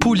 Pool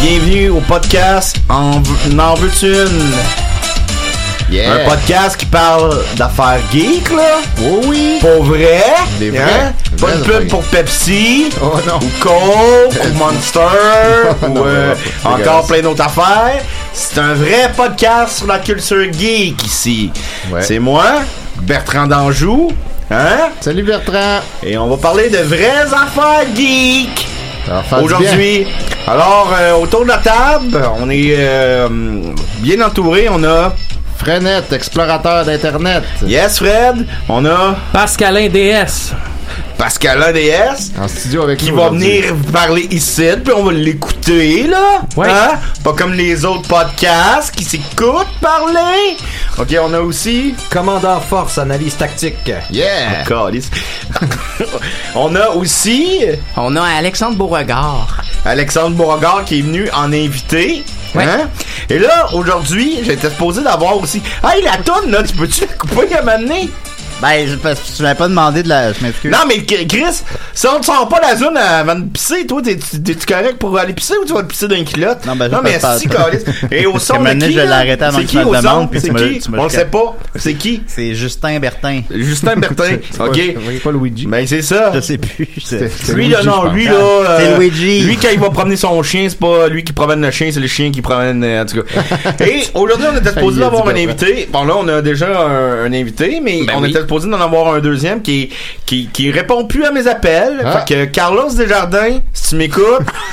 Bienvenue au podcast En, v- en veux-tu une? Yeah. Un podcast qui parle d'affaires geek, là. Oh oui. Pour vrai. Hein? Des vrais. Des Pas vraies de affaires pub geek. pour Pepsi. Oh non. Ou Coke, ou Monster, Non, ou euh, non, non, encore dégueulasse. plein d'autres affaires. C'est un vrai podcast sur la culture geek ici. Ouais. C'est moi, Bertrand Danjou. Hein? Salut Bertrand. Et on va parler de vraies affaires geek. Ça va faire du bien. Aujourd'hui, alors euh, autour de la table, on est euh, bien entouré. On a Frenette, explorateur d'internet. Yes Fred, on a Pascalin DS. Pascal DS En studio avec qui nous va aujourd'hui. venir parler ici, puis on va l'écouter là. Ouais. Hein? Pas comme les autres podcasts qui s'écoutent parler. Ok, on a aussi Commandant Force, analyse tactique. Yeah. Câlisse. Oh, on a aussi On a Alexandre Beauregard. Alexandre Beauregard qui est venu en invité. Ouais. Hein? Et là, aujourd'hui, j'étais supposé d'avoir aussi. Hey, la tonne, là, tu peux-tu la couper à m'amener? Ben, je, parce que tu m'avais pas demandé de la. Je m'excuse. Non, mais K- Chris, si on ne sort pas la zone avant de pisser, toi, t'es-tu t'es-tu correct pour aller pisser ou tu vas te pisser d'un culotte? Non, ben, je mais peux pas. si, câlisse. Et au son Que de maintenant, qui, je vais là? l'arrêter avant C'est que qui tu me au le son? demandes, puis C'est tu me le- qui? tu me le On le sait captes. pas. C'est qui? C'est Justin Bertin. Justin Bertin, C'est ok? pas- c'est pas Luigi. Ben, c'est ça. Je sais plus. C'est- c'est Lui, Luigi, là, je non, pense. lui, là. euh, Ah, C'est Luigi. Lui, quand il va promener son chien, c'est pas lui qui promène le chien, c'est le chien qui promène, euh, en tout cas. Et aujourd'hui, on était supposé Il a d'avoir dit un Bertrand. invité. Bon, là, on a déjà un, un invité, mais Ben on oui. était supposé d'en avoir un deuxième qui, qui, qui répond plus à mes appels. Ah. Fait que Carlos Desjardins, si tu m'écoutes,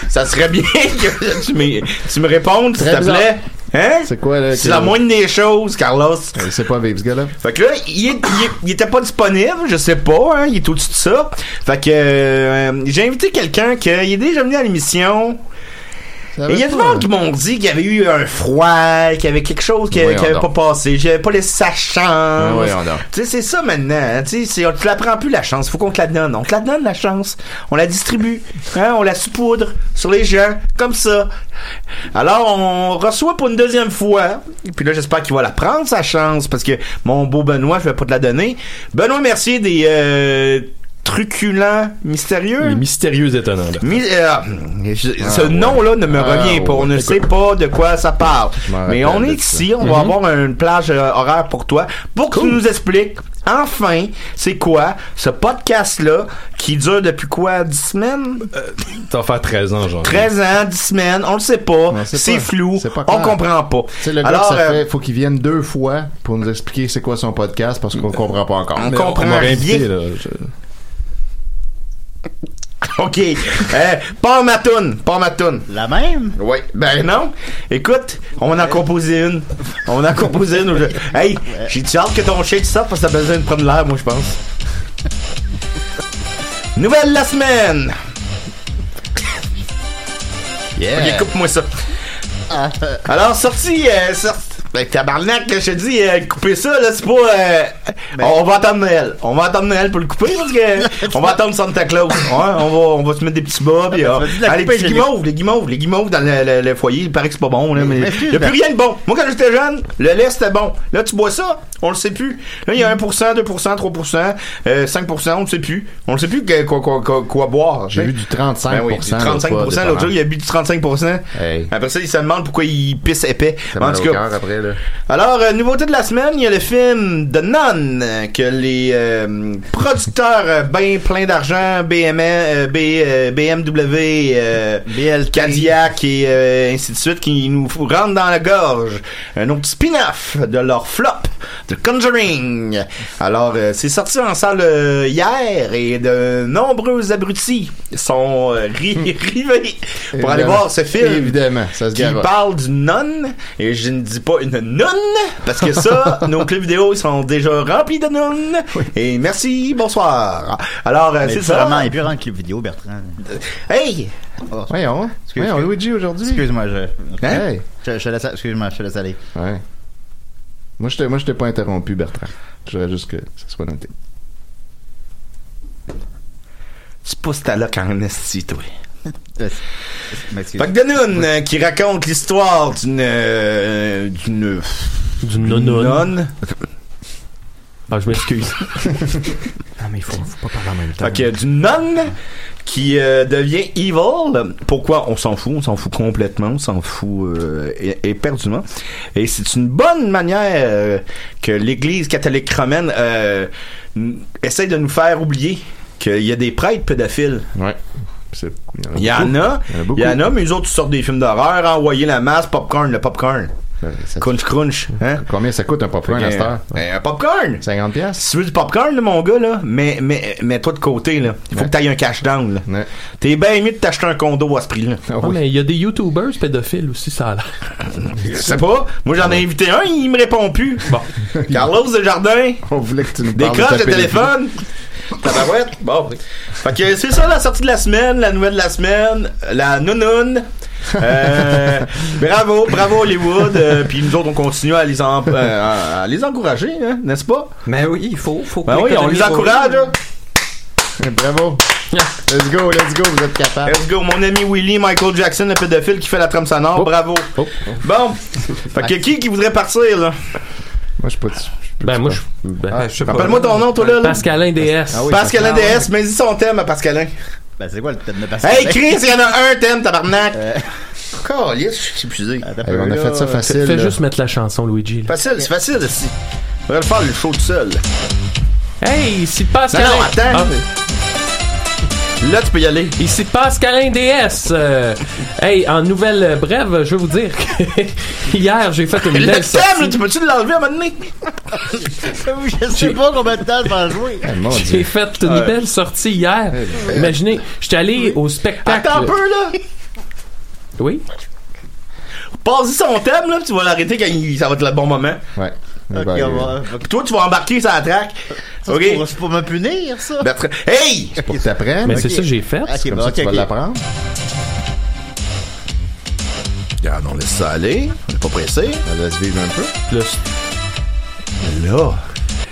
ça serait bien que tu, m'é- tu me répondes, s'il Très te plaît. Hein? C'est quoi, là? C'est la moindre des choses, Carlos. Je sais pas vivre ce gars-là. Fait que là, il, est- il est- il était pas disponible, je sais pas, hein, il est au-dessus de ça. Fait que euh, j'ai invité quelqu'un qui est déjà venu à l'émission. Ça Et il y a va des pas. gens qui m'ont dit qu'il y avait eu un froid, qu'il y avait quelque chose qui, Voyons qui avait pas donc. passé. J'avais pas laissé sa Ah, chance. voyons donc. tu sais, c'est ça maintenant. hein, Tu sais, c'est- on te la prend plus la chance. Faut qu'on te la donne. On te la donne la chance. On la distribue. Hein, on la saupoudre sur les gens. Comme ça. Alors, on reçoit pour une deuxième fois. Puis là, j'espère qu'il va la prendre sa chance. Parce que mon beau Benoît, je vais pas te la donner. Benoît Mercier des euh, truculents mystérieux. Les mystérieux étonnants, là. Mi- euh, je- ce nom-là ne me Ah, revient pas. On ouais. ne sait pas de quoi ça parle. m'en Mais on rappelle est de ça. Mhm. ici. On va avoir une plage euh, horaire pour toi pour que tu nous expliques enfin c'est quoi ce podcast-là qui dure depuis quoi 10 semaines Euh, Ça va faire 13 ans, genre. 13 ans, 10 semaines, on le sait pas. On sait C'est pas. flou. C'est pas on clair. comprend pas. C'est le gars Alors, que ça euh, fait, faut qu'il vienne deux fois pour nous expliquer c'est quoi son podcast parce qu'on comprend pas encore. on Mais comprend m'aurait invité, rien. là. Je- OK. euh, pas ma toune. Pas ma toune. La même? Oui, ben non. Écoute, on en a composé une. On en a composé une. aujourd'hui. Hey, j'ai dit hâte que ton chien te sorte parce que t'as besoin de prendre l'air, moi, je pense. Nouvelle de la semaine! Yeah. Ok, coupe-moi ça. Ah. Alors, sorti, euh, sorti. Ben, tabarnak, je te dis, euh, couper ça, là, c'est pas. euh, on va attendre Noël. On va attendre Noël pour le couper parce que. on va attendre Santa Claus. Ouais, on, va, on va se mettre des petits bas. Puis, euh, la ah, les couper, petits je l'ai- guimauves, les guimauves, les guimauves dans le, le- le foyer, il paraît que c'est pas bon, là. Mais excuse, il n'y a ben- plus rien de bon. Moi, quand j'étais jeune, le lait, c'était bon. Là, tu bois ça, on le sait plus. Là, il y a 1%, 2%, 3%, euh, 5%, on ne sait plus. On ne sait plus que- quoi, quoi, quoi, quoi boire. J'ai tu sais. eu du 35%. Ben oui, du 35 L'autre jour, il a bu du 35 Hey. Après ça, il se demande pourquoi il pisse épais. Ça m'a En mal tout cas. au cœur après, là. Alors, euh, nouveauté de la semaine, il y a le film The Nun euh, que les euh, producteurs euh, ben plein d'argent, BM, euh, B- euh, BMW, euh, BLT. Cadillac et euh, ainsi de suite qui nous f- rentrent dans la gorge. Un autre spin-off de leur flop The Conjuring. Alors, euh, c'est sorti en salle euh, hier et de nombreux abrutis sont euh, ri- rivés pour aller Évidemment. voir ce film Évidemment, ça se qui gare. parle d'une nonne, et je ne dis pas une nonne, parce que ça, nos clips vidéo ils sont déjà remplis de nonnes. Et merci, bonsoir. Alors, euh, Ben, Mais c'est ça. Vraiment, ça. il est plus rare que clip vidéo, Bertrand. Hey! Oh, Voyons, Excuse- voyons, Luigi aujourd'hui. Excuse-moi, je. Hein? Hey. Je, je te laisse, excuse-moi, je te laisse aller. Ouais. Moi, je t'ai- moi, je t'ai pas interrompu, Bertrand. Je voudrais juste que ça soit noté. Tu pousses ta loque en esti, toi. Euh, mais excuse- Fait que de nonne, euh, qui raconte l'histoire d'une... euh, d'une... Du nonon. nonne. Ah, je m'excuse. non, mais il faut, faut pas parler en même temps. Fait que d'une nonne qui euh, devient evil. Pourquoi on s'en fout, on s'en fout complètement, on s'en fout euh, é- éperdument. Et c'est une bonne manière euh, que l'Église catholique romaine euh, n- essaie de nous faire oublier qu'il y a des prêtres pédophiles. Ouais. C'est- Il y en a, Il y en a beaucoup. il y en a, mais eux autres, ils sortent des films d'horreur, envoyer la masse, popcorn, le popcorn. Ça- Crunch, crunch, hein? Combien ça coûte un popcorn à cette heure? Euh, un popcorn! 50 pièces. Si tu veux du popcorn, là, mon gars, là, mais, mais, mais toi de côté, là. Il faut Ouais. que t'ailles un cash down, là. Ouais. T'es bien mieux de t'acheter un condo à ce prix-là. Ah Ah, oui. mais il y a des YouTubers pédophiles aussi, ça a l'air. Je sais pas. Moi, j'en ai invité un, il me répond plus. Bon. Carlos Desjardins, On voulait que tu nous parles décroche de le ta pédophilie. téléphone. Tabarouette. Bon. Fait que c'est ça la sortie de la semaine, la nouvelle de la semaine, la nounoune. Euh, bravo, bravo Hollywood. Euh, Puis nous autres, on continue à les, en- euh, à les encourager, hein, n'est-ce pas? Mais oui, il faut, faut Ben oui, on les encourage. hein. là. Bravo. Let's go, let's go, vous êtes capables. Let's go, mon ami Willy Michael Jackson, le pédophile qui fait la trame sonore. Bravo. Oh. Bon. Fait que qui qui voudrait partir, là? Moi, je suis pas dessus. Ben, moi, je. ben, Rappelle-moi ton nom, toi, là. là. Pascalin DS. Ah, oui, Pascalin DS, mais dis son thème à Pascalin. Ben, c'est quoi le thème de Pascal? Hey Chris, il y en a un thème, tabarnak! Euh. Calisse, je suis épuisé. Attends un Eh, peu, on a là. fait ça facile. Fais là. juste mettre la chanson, Luigi. là. Facile, c'est facile aussi. On va le faire le show tout seul. Hey, ici Non, Pascalin. non, attends! Là, tu peux y aller. Ici Pascalin DS. euh, hey, en nouvelle euh, brève, je veux vous dire que hier, j'ai fait une Le belle thème, là, sortie. tu peux-tu l'enlever à un moment donné? Je sais pas combien de temps je vais en jouer. Ah, Eh, mon J'ai Dieu. fait une belle sortie hier. Imaginez, j'étais allé au spectacle. Attends un peu, là! Oui. Passe-y son thème, là, puis tu vas l'arrêter quand il- ça va être le bon moment. Ouais. Ok, Ben, Ah, on va- Puis toi, tu vas embarquer sur la track. Ça, Ok? c'est pour- C'est pour me punir, ça. Bertrand- Hey! Pour que Ah, t'apprennes. Mais Comme c'est ça que j'ai fait. Ok, ça, Ah, bon, ok, tu vas ok. l'apprendre. Regarde, on laisse ça aller. On n'est pas pressé. On va se vivre un peu. Le- Ben Là.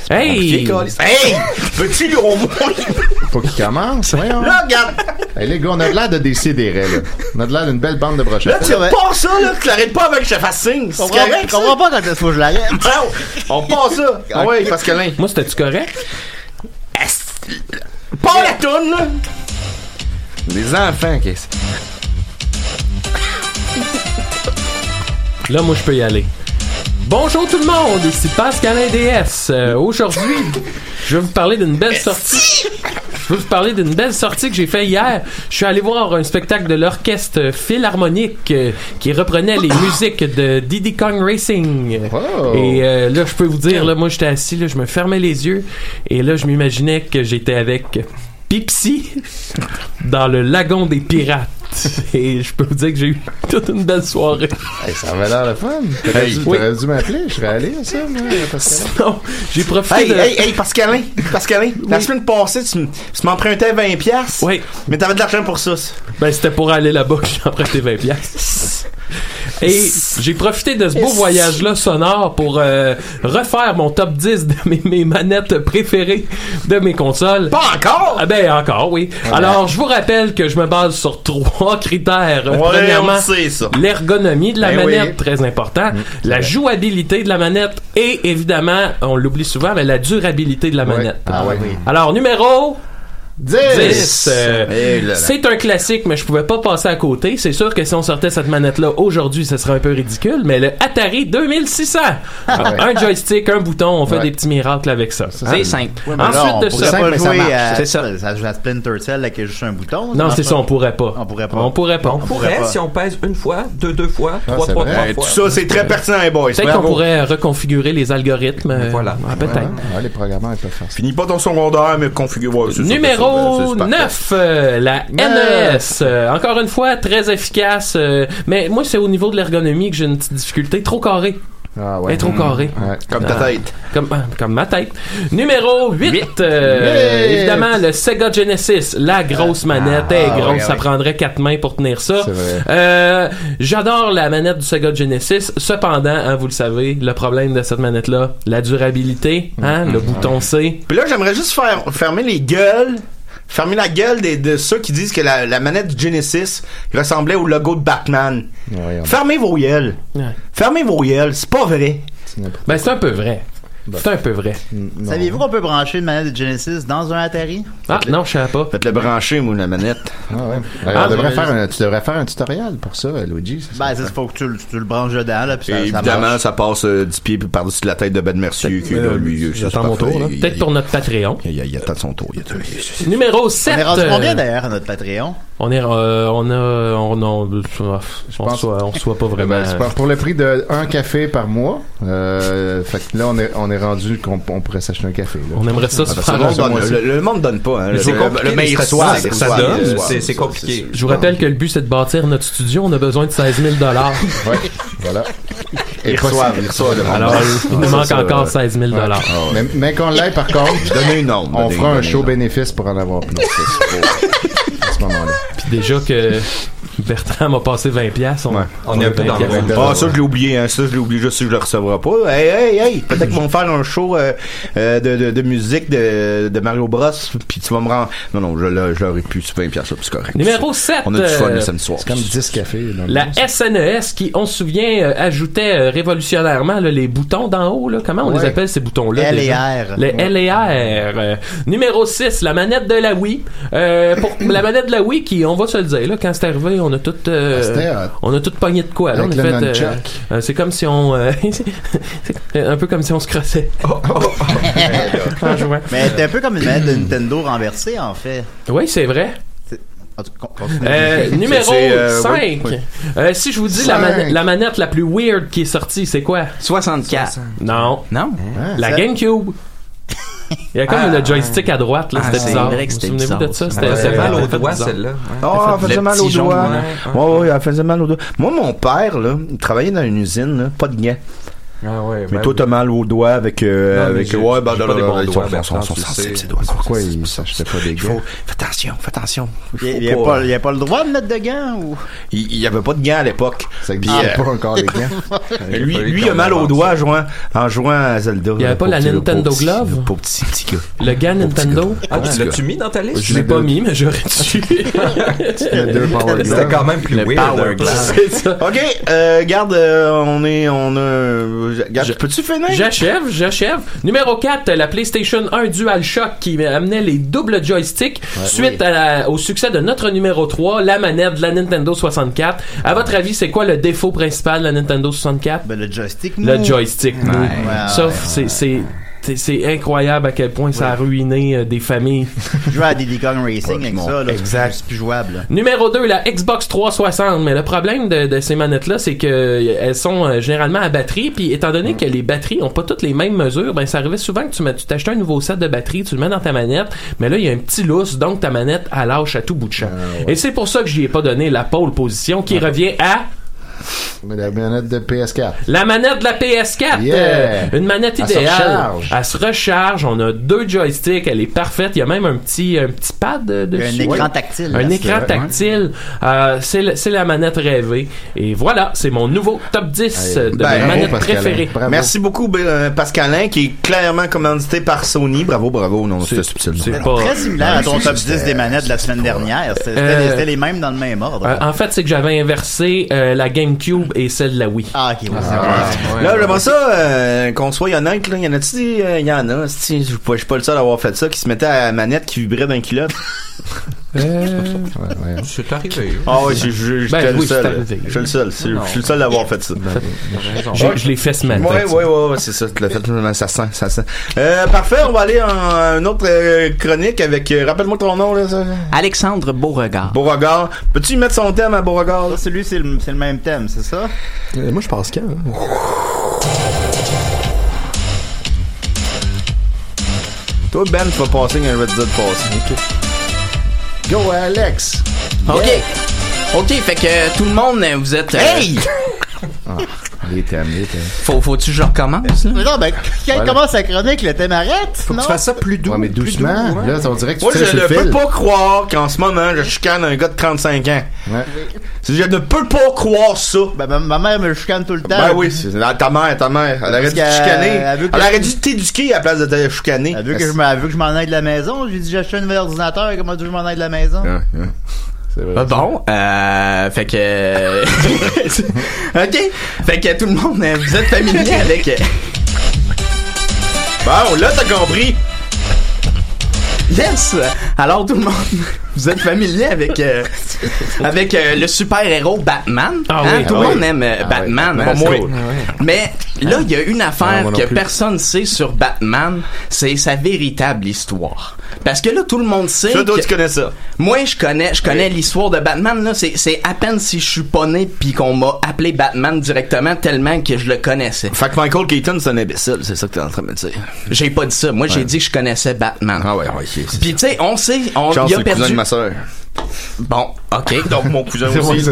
Ah, Hey! Hey! Peux-tu au moins. Faut qu'il commence. Voyons. Là, regarde! Eh, les gars, on a de l'air de décider, là. On a de l'air d'une belle bande Là, de brochettes. tu pars ça, là, tu l'arrêtes pas avec que je te fasse signe. Je C'est comprends pas- correct. je ça? comprends pas quand est-ce que je l'arrête. Bravo. On part ça. Ah ouais, Pascalin. Moi, c'était-tu correct? Pas la toune, là. Les enfants, qu'est-ce Là, moi, je peux y aller. Bonjour tout le monde, ici Pascalin DS. Euh, Aujourd'hui, je vais vous parler d'une belle sortie. Je vais vous parler d'une belle sortie que j'ai fait hier. Je suis allé voir un spectacle de l'orchestre philharmonique euh, qui reprenait les musiques de Diddy Kong Racing. Oh. Et euh, là, je peux vous dire, là, moi, j'étais assis, là, je me fermais les yeux et là, je m'imaginais que j'étais avec Pipsy dans le lagon des pirates. Et je peux vous dire que j'ai eu toute une belle soirée. Eh, ça avait l'air le fun. T'aurais dû, Oui. t'aurais dû m'appeler. Je serais allé à ça, moi, Pascal. Non, j'ai profité Hey, de... hey, hey, Pascalin. Pascalin, la semaine passée, tu, m- tu m'empruntais 20$. piastres, Oui. Mais t'avais de l'argent pour ça. ça. Ben, c'était pour aller là-bas que j'ai emprunté 20 piastres. Et j'ai profité de ce beau voyage-là sonore pour euh, refaire mon top 10 de mes, mes manettes préférées de mes consoles. Pas encore? ben, encore, oui. Ouais. Alors, je vous rappelle que je me base sur trois critères. Ouais, on Premièrement, le sait, ça. l'ergonomie de la Ben oui. manette, très important. La jouabilité de la manette. Et, évidemment, on l'oublie souvent, mais la durabilité de la manette. Ah ouais, oui. Alors, numéro 10. 10. euh, Eh là là. c'est un classique, mais je pouvais pas passer à côté. C'est sûr que si on sortait cette manette-là aujourd'hui, ça serait un peu ridicule, mais le Atari 2600. Ah ouais. Un joystick, un bouton, on fait Ouais. des petits miracles avec ça. Hein? Ouais, mais là, on Ensuite de pourrait ça, pas jouer à, C'est ça. ça joue à Splinter Cell avec juste un bouton. Non, ça, c'est ça. ça, on pourrait pas. On pourrait pas. On pourrait pas. On pourrait pas. si on pèse une fois, deux, deux fois, Ah, trois, c'est trois, vrai. trois Hey, fois. tout ça, c'est très pertinent, les boys. Peut-être qu'on Bravo. pourrait reconfigurer les algorithmes. euh, ah, peut-être. les programmeurs, ils peuvent faire ça. Finis pas ton secondaire, mais configure. ouais, c'est ça, c'est ça, Numéro c'est super. 9, euh, la NES. Euh, encore une fois, très efficace. euh, mais moi, c'est au niveau de l'ergonomie que j'ai une petite difficulté. Trop carré. Ah Elle est trop carrée. Comme ta tête. Comme, ah, comme ma tête. Numéro 8. Huit. évidemment, le Sega Genesis. La grosse manette. Elle est ah, grosse. oui, ça oui. prendrait quatre mains pour tenir ça. C'est vrai. Euh, J'adore la manette du Sega Genesis. Cependant, hein, vous le savez, le problème de cette manette-là, la durabilité, hein, le bouton C. Puis là, j'aimerais juste faire fermer les gueules. Fermer la gueule des, de ceux qui disent que la, la manette du Genesis ressemblait au logo de Batman. Fermez vos gueules. Ouais. Fermez vos gueules. C'est pas vrai. Ben, c'est un peu vrai. C'est un peu vrai. Saviez-vous qu'on peut brancher une manette de Genesis dans un Atari? Ah, non, je savais pas. Faites le brancher, moi, la manette. Alors, Ah, Ben, on devrait mais- faire un- tu devrais faire un tutoriel pour ça, Luigi. ça Ben, c'est faut que tu, le- tu le branches dedans, là, puis ça, Et ça évidemment, marche. ça passe euh, du pied puis par-dessus la tête de Ben Mercier qui est là, lui. euh, c'est parfait. Il- Peut-être pour notre Patreon. Il, il, il attend son tour. Il attend- il- Numéro 7. On est rendu combien ben? d'ailleurs à notre Patreon? On est, euh, on a, on a, on reçoit, on reçoit pas vraiment. Ben, c'est pas- pour le prix de un café par mois, euh, fait que là on est on est rendu qu'on on pourrait s'acheter un café. là. On aimerait ça se Ah, faire parce que un le monde ce donne- mois-ci. le, le monde donne pas. Hein, Mais le, c'est Euh, compliqué, le, le les meilleur soir, statistiques, c'est ça le soir, donne, le soir. c'est- c'est compliqué. Je vous Ah, rappelle que le but c'est de bâtir notre studio. On a besoin de 16 000 dollars. Ouais, voilà. Ils reçoivent, ils reçoivent le monde. Alors, il nous Ah, manque ça, ça, encore ouais. 16 000 dollars. Ah, ouais. Mais, mais qu'on l'ait par contre, Donnez une onde. on donnez- fera un donnez une show onde. bénéfice pour en avoir plus. à ce moment-là. Puis déjà que Bertrand m'a passé 20 pièces. On, On est un peu dans le piastres. même. Ah, ça, je l'ai oublié, hein. Ça, je l'ai oublié juste si je le recevrai pas. Hey, hey, hey! Peut-être qu'ils vont me faire un show euh, euh, de, de, de musique de, de Mario Bros. Puis tu vas me rendre. Non, non, je, l'ai- je l'aurais pu. C'est 20 piastres, c'est correct. Numéro 7. On a du fun euh, le samedi soir. C'est comme 10 cafés. dans le La monde. SNES qui, on se souvient, euh, ajoutait euh, révolutionnairement là, les boutons d'en haut. Là. Comment on les Ouais. appelle ces boutons-là L et déjà? R. Les Ouais. L et R. Euh, numéro 6, la manette de la Wii. Euh, pour, la manette de la Wii qui, on va se le dire, là, quand c'est arrivé, on a tout... euh, Ah, c'était hot. on a tout pogné de quoi. là. Avec on a le fait, euh, nunchuck. euh, c'est comme si on... euh, c'est un peu comme si on se crossait. en jouant. Mais c'est un peu comme une manette de Nintendo renversée, en fait. Oui, c'est vrai. En tout cas, con- continue. Euh, numéro C'est, euh, 5. oui, oui. Euh, si je vous dis la, Cinq. manette- la manette la plus weird qui est sortie, c'est quoi? 64. Non. Non? Hein? La Ah, Ça- GameCube. Il y a comme Ah. le joystick à droite, là, Ah, c'était c'est bizarre. vrai que c'était Vous vous souvenez-vous de bizarre, ça? ça. C'était Ouais. c'était Elle fait mal vraiment aux fait doigts, bizarre. celle-là. Oh, elle Le faisait mal petit aux jaune, doigts. ouais, Ouais, ouais, elle faisait mal aux doigts. Moi, mon père, là, il travaillait dans une usine, là, pas de gants. Ah ouais, Mais ben toi, t'as mal aux doigts avec. euh, Non, mais avec j'ai- ouais, ben, j'ai pas non, des non, bons non, ils sont- sont- doigts, sont- Bertrand, sont tu le sensibles, sais. ces doigts. Pourquoi il s'achetait pas des Il gants? faut. Fais attention, fais attention. Il faut Il n'y a, pas- hein. pas- il y a pas le droit de mettre de gants ou. Il il y avait pas de gants à l'époque. Ça Puis, n'existe euh, pas encore des gants. Mais lui, Fallait lui qu'on a mal aux avance. doigts en jouant, en jouant à Zelda. Il y avait Le pas pauvre la petit- le Nintendo pauvre petit- Glove? Le pauvre petit, petit gars. Le gars Nintendo, Ah, Ouais. tu l'as-tu mis dans ta liste? je l'ai pas mis, mais j'aurais dû. Les deux Power C'était Gloves. quand même plus weird. hein. Power un gland. C'est ça. Ok, euh, garde, euh, on est, on a, euh, garde, Je- peux-tu finir? J'achève, j'achève. Numéro 4, la PlayStation 1 DualShock qui amenait les doubles joysticks suite à la- au succès de notre numéro 3, la manette de la Nintendo 64. À votre avis, c'est quoi le défaut principal de la Nintendo 64? Ben, le joystick, le mou. joystick mou. Ouais, ça, ouais, c'est- c'est- c'est- c'est incroyable à quel point ça a ruiné euh, des familles. Jouer à Diddy Kong Racing avec bon, ça, là. Exact. C'est plus jouable, là. Numéro 2, la Xbox 360. Mais le problème de, de ces manettes-là, c'est que euh, elles sont euh, généralement à batterie. Puis étant donné que les batteries ont pas toutes les mêmes mesures, ben ça arrivait souvent que tu mets- tu t'achetais un nouveau set de batterie, tu le mets dans ta manette, mais là il y a un petit lousse, donc ta manette elle lâche à tout bout de champ. Et c'est pour ça que je n'y ai pas donné la pole position qui revient à La manette de PS4. La manette de la PS4. Yeah. euh, une manette Elle se idéale. recharge. Elle se recharge. On a deux joysticks. Elle est parfaite. Il y a même un petit, un petit pad euh, Il y a un dessus. écran tactile, là, Un c'est écran vrai. tactile. Euh, c'est le- c'est la manette rêvée. Et voilà, c'est mon nouveau top 10 de Ben, mes bravo, manettes Pascalin. préférées. Merci beaucoup, ben, euh, Pascalin, qui est clairement commandité par Sony. Bravo, bravo. Non, c'était subtil. c'est non? pas- Très similaire à ton Ouais, top c'était- 10 des manettes de la semaine dernière. C'était Euh, c'était les mêmes dans le même ordre. Euh, en fait, c'est que j'avais inversé euh, la GameCube et celle de la Wii. Ah, ok, ouais, c'est vrai. Là, j'aimerais ça euh, qu'on soit honnête. là. Il y en a-tu? des- euh, Il y en a. esti, Je je suis pas le seul à avoir fait ça, qui se mettait à la manette qui vibrait d'un culotte. Euh, C'est arrivé. Ah ouais, je- je- je- Ben j'étais le oui, c'est seul. arrivé. Ben Je suis le seul. c'est- Non. Je suis le seul d'avoir fait ça. J'ai- Je l'ai fait ce matin. Ouais, ouais, ouais, ouais, c'est ça, tu l'as fait, ça sent, ça sent. Euh, parfait, on va aller en une autre euh, chronique avec, euh, rappelle-moi ton nom, là, ça. Alexandre Beauregard. Beauregard. Peux-tu y mettre son thème à Beauregard? là? Ça, Celui, c'est le, c'est le même thème, c'est ça? Euh, moi, je pense quand. hein? Toi, Ben, tu vas passer quand je vais te dire de passer. Go, Alex! OK. OK, fait que euh, tout le monde, euh, vous êtes... euh, Hey! Ah, Les thèmes, les thèmes. Faut, faut-tu que je recommence, là? Mais non, ben, quand il Voilà. commence sa chronique, le thème arrête, Faut que non? tu fasses ça plus doux. Ouais, mais plus doucement. doux, ouais. Là, on dirait que tu Moi, tires je sur ne le peux fil. pas croire qu'en ce moment, je chicane un gars de 35 ans. Ouais. Je ne peux pas croire ça. Ben, ma, ma mère me chicane tout le temps. Ben oui, c'est- ah, ta mère, ta mère. Elle aurait dû te Bah qu'elle- chicaner. elle veut Elle que- aurait dû t'éduquer à la place de te chicaner. Elle veut que je m'en- elle veut que je m'en aille de la maison. J'ai dit, j'ai acheté un nouvel ordinateur. Comment tu veux que je m'en aille de la maison? Ouais, ouais. Ah, bon, euh, fait que... euh, OK, fait que tout le monde, euh, vous êtes familier avec... euh, Bon, là, t'as compris. Yes! Alors tout le monde, vous êtes familier avec euh, avec euh, le super-héros Batman. Ah oui, tout ah le oui. monde aime euh, Ah oui, Batman. Batman, hein. c'est cool. Mais là, il y a une Ah, affaire moi non que plus. personne sait sur Batman, c'est sa véritable histoire. Parce que là, tout le monde sait. Ça, toi, que- tu connais ça. moi, je connais, je connais l'histoire de Batman. Là, c'est, c'est à peine si je suis pas né puis qu'on m'a appelé Batman directement tellement que je le connaissais. Fait que Michael Keaton, c'est un imbécile. C'est ça que t'es en train de me dire. J'ai pas dit ça. Moi, j'ai dit que je connaissais Batman. Ah ouais, ouais, c'est- Puis tu sais, on sait, on Charles, y c'est a le cousin perdu. de ma soeur. Bon, ok. Donc, mon cousin C'est aussi. ça.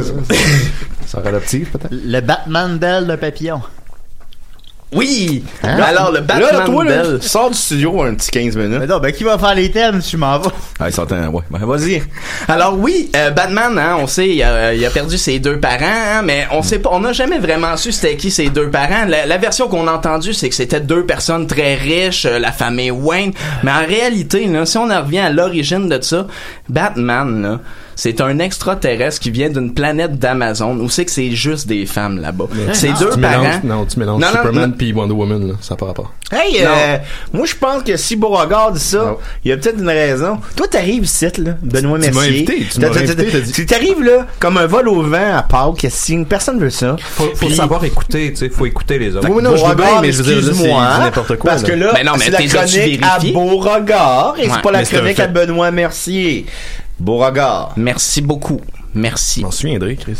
Sœur adoptive, peut-être? Le Batman d'elle d'un papillon. Oui! Hein? Alors, le Batman là, toi, là, Bell. sors du studio un petit 15 Mais minutes. non, ben, qui va faire les thèmes si je m'en vais? Ah, il s'entend, ouais. Ben, vas-y. Alors oui, euh, Batman, hein, on sait, il a, il a perdu ses deux parents, hein, mais on sait pas, on n'a jamais vraiment su c'était qui ses deux parents. La, la version qu'on a entendue, c'est que c'était deux personnes très riches, euh, la famille Wayne. Mais en réalité, là, si on en revient à l'origine de ça, Batman, là, c'est un extraterrestre qui vient d'une planète d'Amazon où c'est que c'est juste des femmes là-bas. Ses deux Tu parents. mélanges, non, tu mélanges Non, non, Superman non. puis Wonder Woman, là. Ça n'a pas rapport. Hey, euh, moi, je pense que si Beauregard dit ça, Non. il y a peut-être une raison. Toi, t'arrives ici, là, Benoît Tu- tu m'as Mercier. invité, tu T'as- m'as t'as- invité, t'as- t'as dit- Tu t'arrives, là, comme un vol au vent à Pâques, si personne veut ça. Faut, faut Puis- savoir écouter, tu sais. Faut écouter les autres. Fait que Oui, non, je veux Beauregard, bien, mais je veux dire, là, c'est- excuse-moi, c'est n'importe quoi, Parce là. que là, Mais non, mais c'est la t'es as-tu chronique à vérifié? Beauregard et c'est Ouais, pas la mais c'est un chronique fait. à Benoît Mercier. Beauregard. Merci beaucoup. Merci. Je m'en souviendrai, Chris.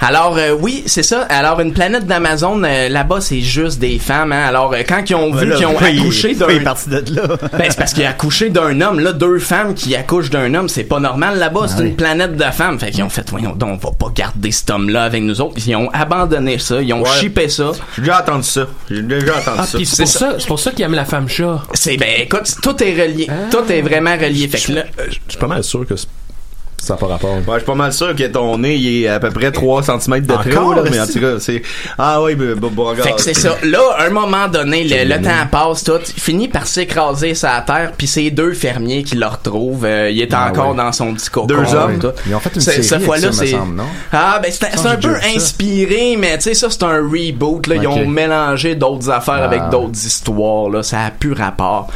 Alors euh, oui, c'est ça. Alors une planète d'Amazon euh, là-bas, c'est juste des femmes. Hein. Alors euh, quand ils ont vu Ben Là, qu'ils ont pourquoi il- accouché d'un pourquoi il est parti de là. ben, c'est parce qu'il a accouché d'un homme là, deux femmes qui accouchent d'un homme, c'est pas normal là-bas, Ah c'est une planète de femmes. Fait qu'ils ont fait voyons donc, on va pas garder cet homme là avec nous autres. Ils ont abandonné ça, ils ont Ouais. chipé ça. J'ai déjà entendu ça. J'ai déjà entendu Ah, ça. puis c'est pour ça, c'est pour ça qu'il aime la femme chat. Ah. C'est ben écoute, tout est relié, tout est vraiment relié. Fait que là, Euh, Je je suis pas mal sûr que c'est- ça n'a pas rapport. Ouais, je suis pas mal sûr que ton nez il est à peu près 3 cm de Encore, trop, là, mais en esti? tout cas, c'est. Ah oui, ben, ben, Beauregard. Fait que c'est ça. Là, à un moment donné, le, le temps passe, tout il finit par s'écraser sa terre, puis c'est deux fermiers qui le retrouvent. Euh, il est Ah Ah encore dans son petit cocon. Deux hommes. tout. Ils ont fait une C'est- série cette avec fois-là, ça, me c'est- semble, non? Ah, ben c'est c'est semble un que peu j'ai déjà vu ça. inspiré, mais tu sais, ça c'est un reboot. Là. Ils Ok. ont mélangé d'autres affaires Ah. Hum. avec d'autres histoires. Là. Ça a plus rapport.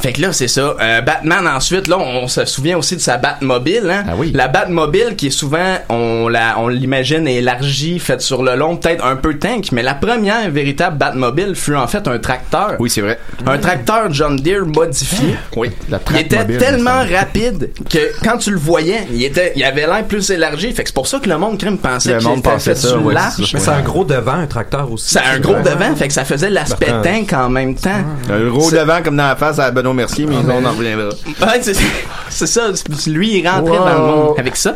Fait que là, c'est ça. Euh, Batman ensuite, là, on se souvient aussi de sa Batmobile. Hein? Ah oui. La Batmobile qui est souvent, on la, on l'imagine élargie, faite sur le long, peut-être un peu tank, mais la première véritable Batmobile fut en fait un tracteur. Oui, c'est vrai. Un tracteur John Deere modifié. Oui. La Il trappe était mobile, tellement me semble. rapide que quand tu le voyais, il était, il avait l'air plus élargi. Fait que c'est pour ça que le monde crime pensait Le qu'il monde était pensait fait ça, du ouais, c'est large. ça. Mais c'est un gros devant, un tracteur aussi. C'est un gros devant, fait que ça faisait l'aspect Martin. tank en même temps. Un gros devant comme dans la face à Benoît Mercier, mais on en reviendra. Ouais, c'est c'est ça. c'est- Lui, il rentrait dans le monde Gotham avec ça.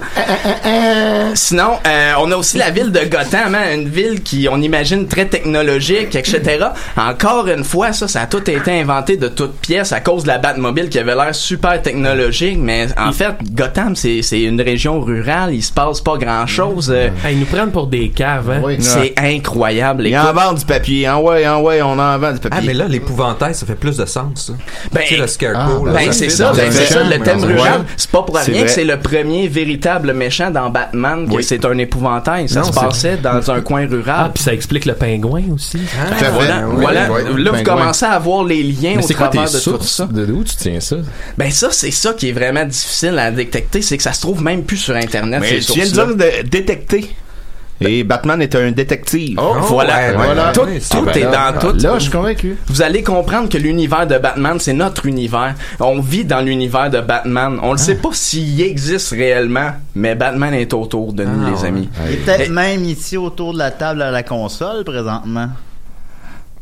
Sinon, euh, on a aussi la ville de Gotham, hein, une ville qui, on imagine, très technologique, etc. Encore une fois, ça, ça a tout été inventé de toutes pièces à cause de la Batmobile qui avait l'air super technologique, mais en fait, Gotham, c'est c'est une région rurale, il se passe pas grand-chose. euh, Hey, ils nous prennent pour des caves, Ah, hein? ben, C'est incroyable. Il écoute. en vend du papier. En ouais, en ouais, on en vend du papier. Ah, mais là, l'épouvantail, ça fait plus de sens, ça. Ben, Tu sais, le scarecrow, là, ben, c'est fit ça, dans ben, un c'est ça, champ, le mais thème dans un rural. champ. C'est pas pour C'est rien vrai. que c'est le premier véritable méchant dans Batman, que Oui. c'est un épouvantail. Ça Non, se c'est- passait dans un coin rural. Ah, puis ça explique le pingouin aussi. hein. Hein? Ah, voilà, voilà. là, vous commencez à voir les liens Mais au c'est quoi tes travers de tout sources? ça. De d'où tu tiens ça? Ben ça, c'est ça qui est vraiment difficile à détecter, c'est que ça se trouve même plus sur Internet. Mais ces tu viens de sources-là. dire de détecter. Ben, Et Batman est un détective. Oh, voilà, Voilà. tout, Ah, tout ben est là, dans tout. Là, je suis convaincu. Vous allez comprendre que l'univers de Batman, c'est notre univers. On vit dans l'univers de Batman. On ne sait pas s'il existe réellement, mais Batman est autour de nous, Ah, les ouais. amis. Et Et- peut-être même ici autour de la table à la console présentement.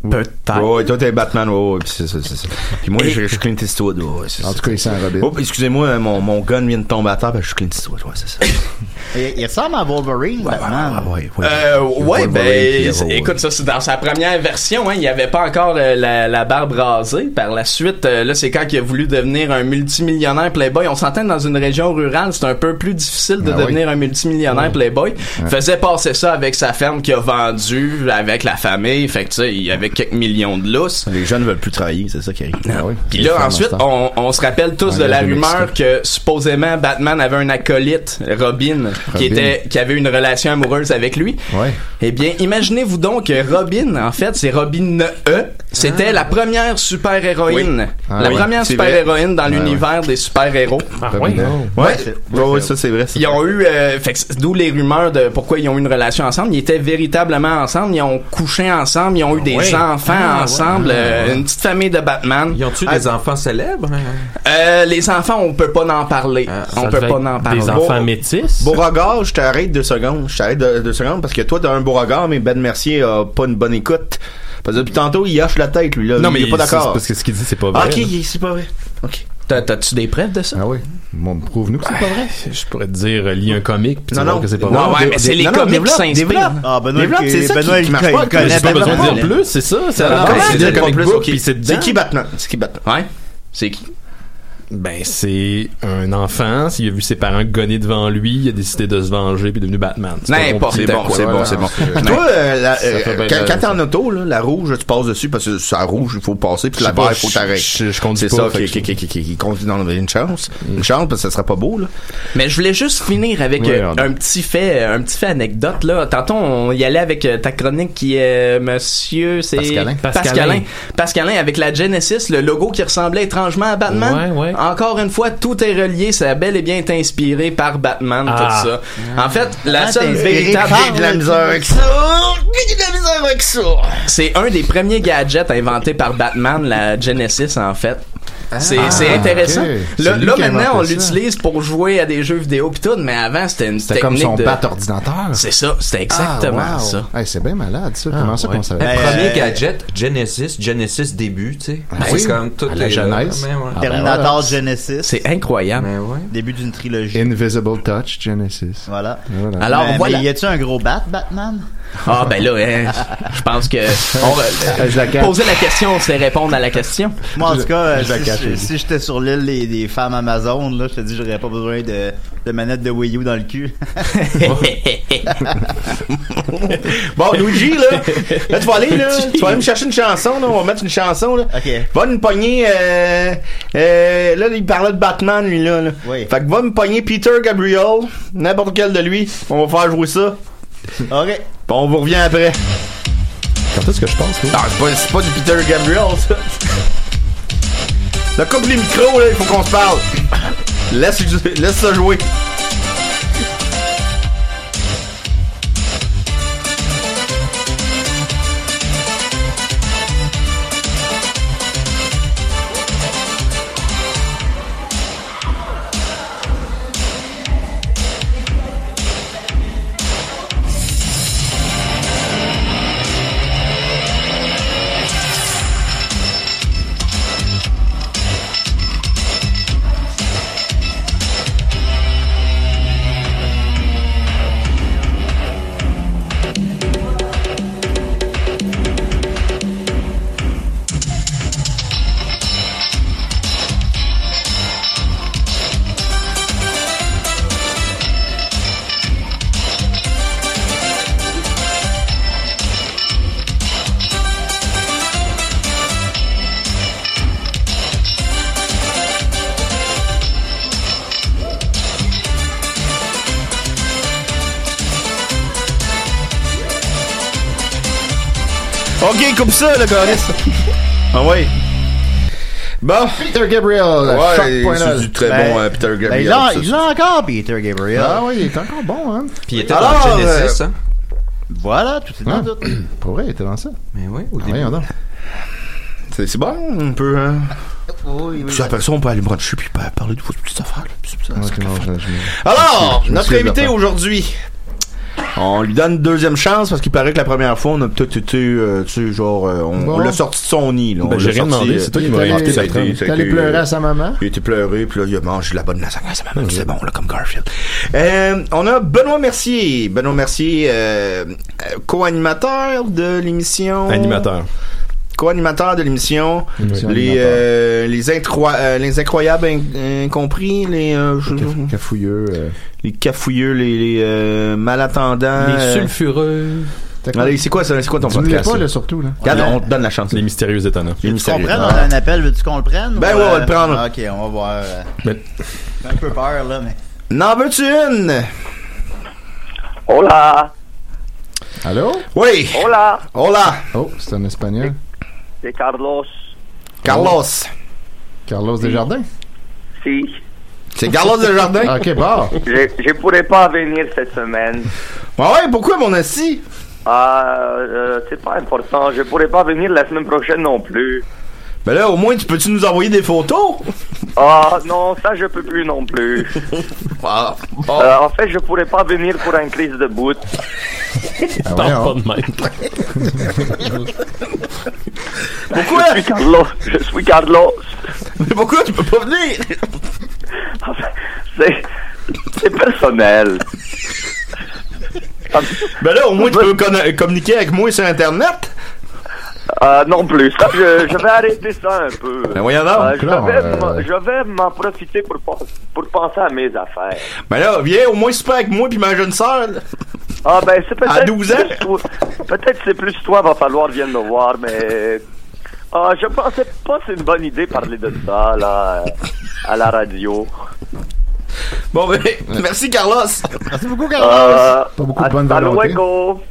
Peut-être. Ouais, toi, t'es Batman, ouais, ouais, pis c'est ça, c'est ça. Puis moi, je je suis Clint Eastwood, ouais, ouais, c'est En tout cas, il s'en Robin. Oh, excusez-moi, mon, mon gun vient de tomber à terre, parce que je suis Clint Eastwood, ouais, c'est ça. Et, il ressemble à Wolverine, Batman. ouais, Euh, ouais, Wolverine, puis euh, ben, le c'est- Wolverine. écoute, ça, c'est dans sa première version, hein, il n'y avait pas encore euh, la, la barbe rasée. Par la suite, euh, là, c'est quand il a voulu devenir un multimillionnaire playboy. On s'entend que dans une région rurale, c'est un peu plus difficile de Ah oui. devenir un multimillionnaire playboy. Faisait passer ça avec sa ferme qu'il a vendue, avec la famille. Fait que, tu sais, il y avait quelques millions de lousses. Les jeunes veulent plus travailler, c'est ça qui arrive. Ah, oui. Puis là, ensuite, on, on se rappelle tous de la Engagé rumeur que supposément Batman avait un acolyte, Robin, Robin. qui était qui avait une relation amoureuse avec lui. Ouais. Eh bien, imaginez-vous donc que Robin, en fait, c'est Robin E. C'était la première super-héroïne. Oui. Ah, la oui, première c'est vrai. super-héroïne dans Ah Ouais, l'univers des super-héros. ouais, ouais, ouais, ouais, ça, c'est vrai. ça. Ils ont eu, euh, fait que c'est- d'où les rumeurs de pourquoi ils ont eu une relation ensemble. Ils étaient véritablement ensemble. Ils ont couché ensemble. Ils ont eu des Ouais. enfants Ah, ensemble. ouais. euh, Une petite famille de Batman. Ils ont-tu Ah, des enfants célèbres? euh, les enfants, on peut pas en parler. Ah, Ah. on peut pas en parler. Des enfants métis? Beauregard, je t'arrête deux secondes. Je t'arrête deux, deux secondes parce que toi, t'as un Beauregard, mais Ben Mercier a pas une bonne écoute. Parce que depuis tantôt, il hache la tête, lui, là. Non, il mais est pas c'est- c'est d'accord. parce que ce qu'il dit, c'est pas Ah, vrai. ok, là. il- c'est pas vrai. Ok. T'as- T'as-tu des preuves de ça? Ah oui. Bon, prouve-nous que c'est pas vrai. Je pourrais te dire, euh, lis un comic, puis tu Non, vois non. que c'est pas Non, vrai. ouais, mais c'est les non, non, comics qui développe, développe. s'inspirent. Ah, Benoît, Développe, il- c'est ça Benoît, qui- qui il marche pas, il que connaît j'ai pas besoin Pas Batman. dire plus, c'est ça. C'est Non, la non, base, c'est c'est dire le comic plus, book, ok. puis c'est C'est dedans. qui Batman? C'est qui Batman? Ouais. C'est qui? Ben, c'est un enfant, il a vu ses parents gonner devant lui, il a décidé de se venger, puis est devenu Batman. C'est pas N'importe, compliqué, c'est bon, quoi. c'est bon, Voilà. c'est bon. Puis toi, euh, la- Ça fait euh, bien quand, mal, quand t'es en auto, là, la rouge, tu passes dessus parce que c'est la rouge, il faut passer, puis Je la sais pas, barre, il faut je- t'arrêter. je- je C'est conduis pas, ça, fait qui, qui, qui, qui, qui- qui conduit dans le- une chance. Une chance, parce que ça sera pas beau, là. Mais je voulais juste finir avec Ouais, euh, on- un petit fait, euh, un petit fait anecdote là. Tantôt on y allait avec euh, ta chronique qui est euh, Monsieur, c'est Pascalin. Pascalin. Pascalin avec la Genesis, le logo qui ressemblait étrangement à Batman. Ouais, ouais. Encore une fois, tout est relié. Ça a bel et bien été inspiré par Batman, Ah. tout ça. En fait, la Ah, seule t'es- véritable t'es- J'ai de la misère avec ça. J'ai de la misère avec ça. C'est un des premiers gadgets inventés par Batman, la Genesis en fait. C'est c'est intéressant. ok. Là, C'est lui là, qui a maintenant, inventé on ça. l'utilise pour jouer à des jeux vidéo pis tout, mais avant, c'était une C'était technique comme son de... bat ordinateur. C'est ça, c'était exactement Ah, wow. ça. Hey, c'est bien malade, ça. Comment ça qu'on savait? Le Ben, pas? ben premier gadget, Genesis, Genesis début, tu sais. Ah oui. C'est comme tout À la est là. jeunesse. Mais ouais. Ah, ben Terminator voilà. Genesis. C'est incroyable. Mais ouais. Début d'une trilogie. Invisible Touch Genesis. Voilà. Voilà. Alors, mais, voilà. mais y a-tu un gros bat, Batman? Ah, ben là, hein, je pense que. On va- Je la garde. poser la question, c'est répondre à la question. Moi, en tout cas, euh, je la si- cache, si, vas-y. si j'étais sur l'île des, des femmes Amazon, là, je te dis, j'aurais pas besoin de, de manette de Wii U dans le cul. Bon, Luigi, là, là, tu vas aller, là, tu vas aller me chercher une chanson, là, on va mettre une chanson, là. OK. Va nous pogner, euh, euh, là, il parlait de Batman, lui, là, là. Oui. Fait que va me pogner Peter Gabriel, n'importe quel de lui, on va faire jouer ça, OK. puis on vous revient après. Quand est-ce que je pense, toi? Ah, c'est pas, c'est pas du Peter Gabriel, ça. Là, coupe les micros, là, il faut qu'on se parle. Laisse, laisse ça jouer. Ok, coupe ça, le Goris. Ah ouais. Bon. Peter Gabriel, Ouais, Choc.0. c'est du très Ben, bon euh, Peter Gabriel. l'a- ça, Ben, il ça, l'a ça. encore, Peter Gabriel. Ah oui, il est encore bon, hein. Puis il était Alors, dans Genesis, euh, hein? Voilà, tout est dans tout. Pour vrai, il était dans ça. Mais oui, au Ah, début. voyons donc. C'est c'est bon, un peu, hein. Oui, oui. Ça appelle ça, on peut aller bruncher puis pa- parler de vos petites affaires. là, puis c'est ça, c'est Ok, non, qu'à faire. je- Ben, je- Alors, je me notre souviens de invité la- aujourd'hui, on lui donne une deuxième chance parce qu'il paraît que la première fois, on a peut-être été, euh, tu sais, genre, euh, on, Bon. on l'a sorti de son nid. Là, on Ben, l'a j'ai rien sorti, demandé, euh, c'est toi qui il m'as était- invité, ça a par été- contre. ça a T'es allé été, pleurer euh, à sa maman? il était pleuré, puis là, il a mangé de la bonne lasagne à sa maman. puis C'est bon, là, comme Garfield. Euh, on a Benoît Mercier. Benoît Mercier, euh, euh, co-animateur de l'émission. Animateur. Co-animateur de l'émission. Émission Les, animateur. euh, les, incroi- euh, les incroyables in- incompris, les, euh, je- Caf- Cafouilleux. euh, les cafouilleux, les, les, euh, malattendants. Les euh, sulfureux. t'as quoi? Allez, c'est quoi, ça, c'est quoi ton Dis-le podcast? pas, ça? là, surtout, là. Regarde, on te donne la chance. Les mystérieux étonnants. Les Tu qu'on mystérieux. prenne, on a un appel, veux-tu qu'on le prenne? Ah. Ben ou, ouais, on va euh, le prendre. Ok, on va voir. euh, Mais- J'ai un peu peur, là, mais. N'en veux-tu une? Hola, Allô? Oui. hola, Hola. Oh, c'est un espagnol. c'est Carlos. Carlos. Carlos Desjardins? Si, C'est Carlos Desjardins. Ah, ok, bon. je, je pourrais pas venir cette semaine. Ah ouais, pourquoi mon assis? Ah, euh, c'est pas important, je pourrais pas venir la semaine prochaine non plus. Ben là, au moins, tu peux-tu nous envoyer des photos? Ah non, ça je peux plus non plus. Ah, Euh, en fait, je pourrais pas venir pour un crise de bout. Ah, Parle pas voyons. de même. pourquoi? Je suis Carlos, Oh, je suis Carlos. Mais pourquoi tu peux pas venir? En fait, Ah, ben, C'est, c'est personnel. Ben là, au moins, tu peux conna- communiquer avec moi sur Internet. Ah non plus, ça je, je vais arrêter ça un peu. Ben voyons donc. Euh, je Claude, vais m'en- euh, je vais m'en profiter pour, pas- pour penser à mes affaires. Ben là, viens, au moins, tu peux avec moi puis ma jeune sœur. là. Ah ben c'est peut-être À 12 ans? plus toi- Peut-être c'est plus toi va falloir venir me voir mais ah je pensais pas que c'est une bonne idée de parler de ça là euh, à la radio. Bon, ben, merci, Carlos. Merci beaucoup, Euh, Pas beaucoup de hasta bonne volonté. luego.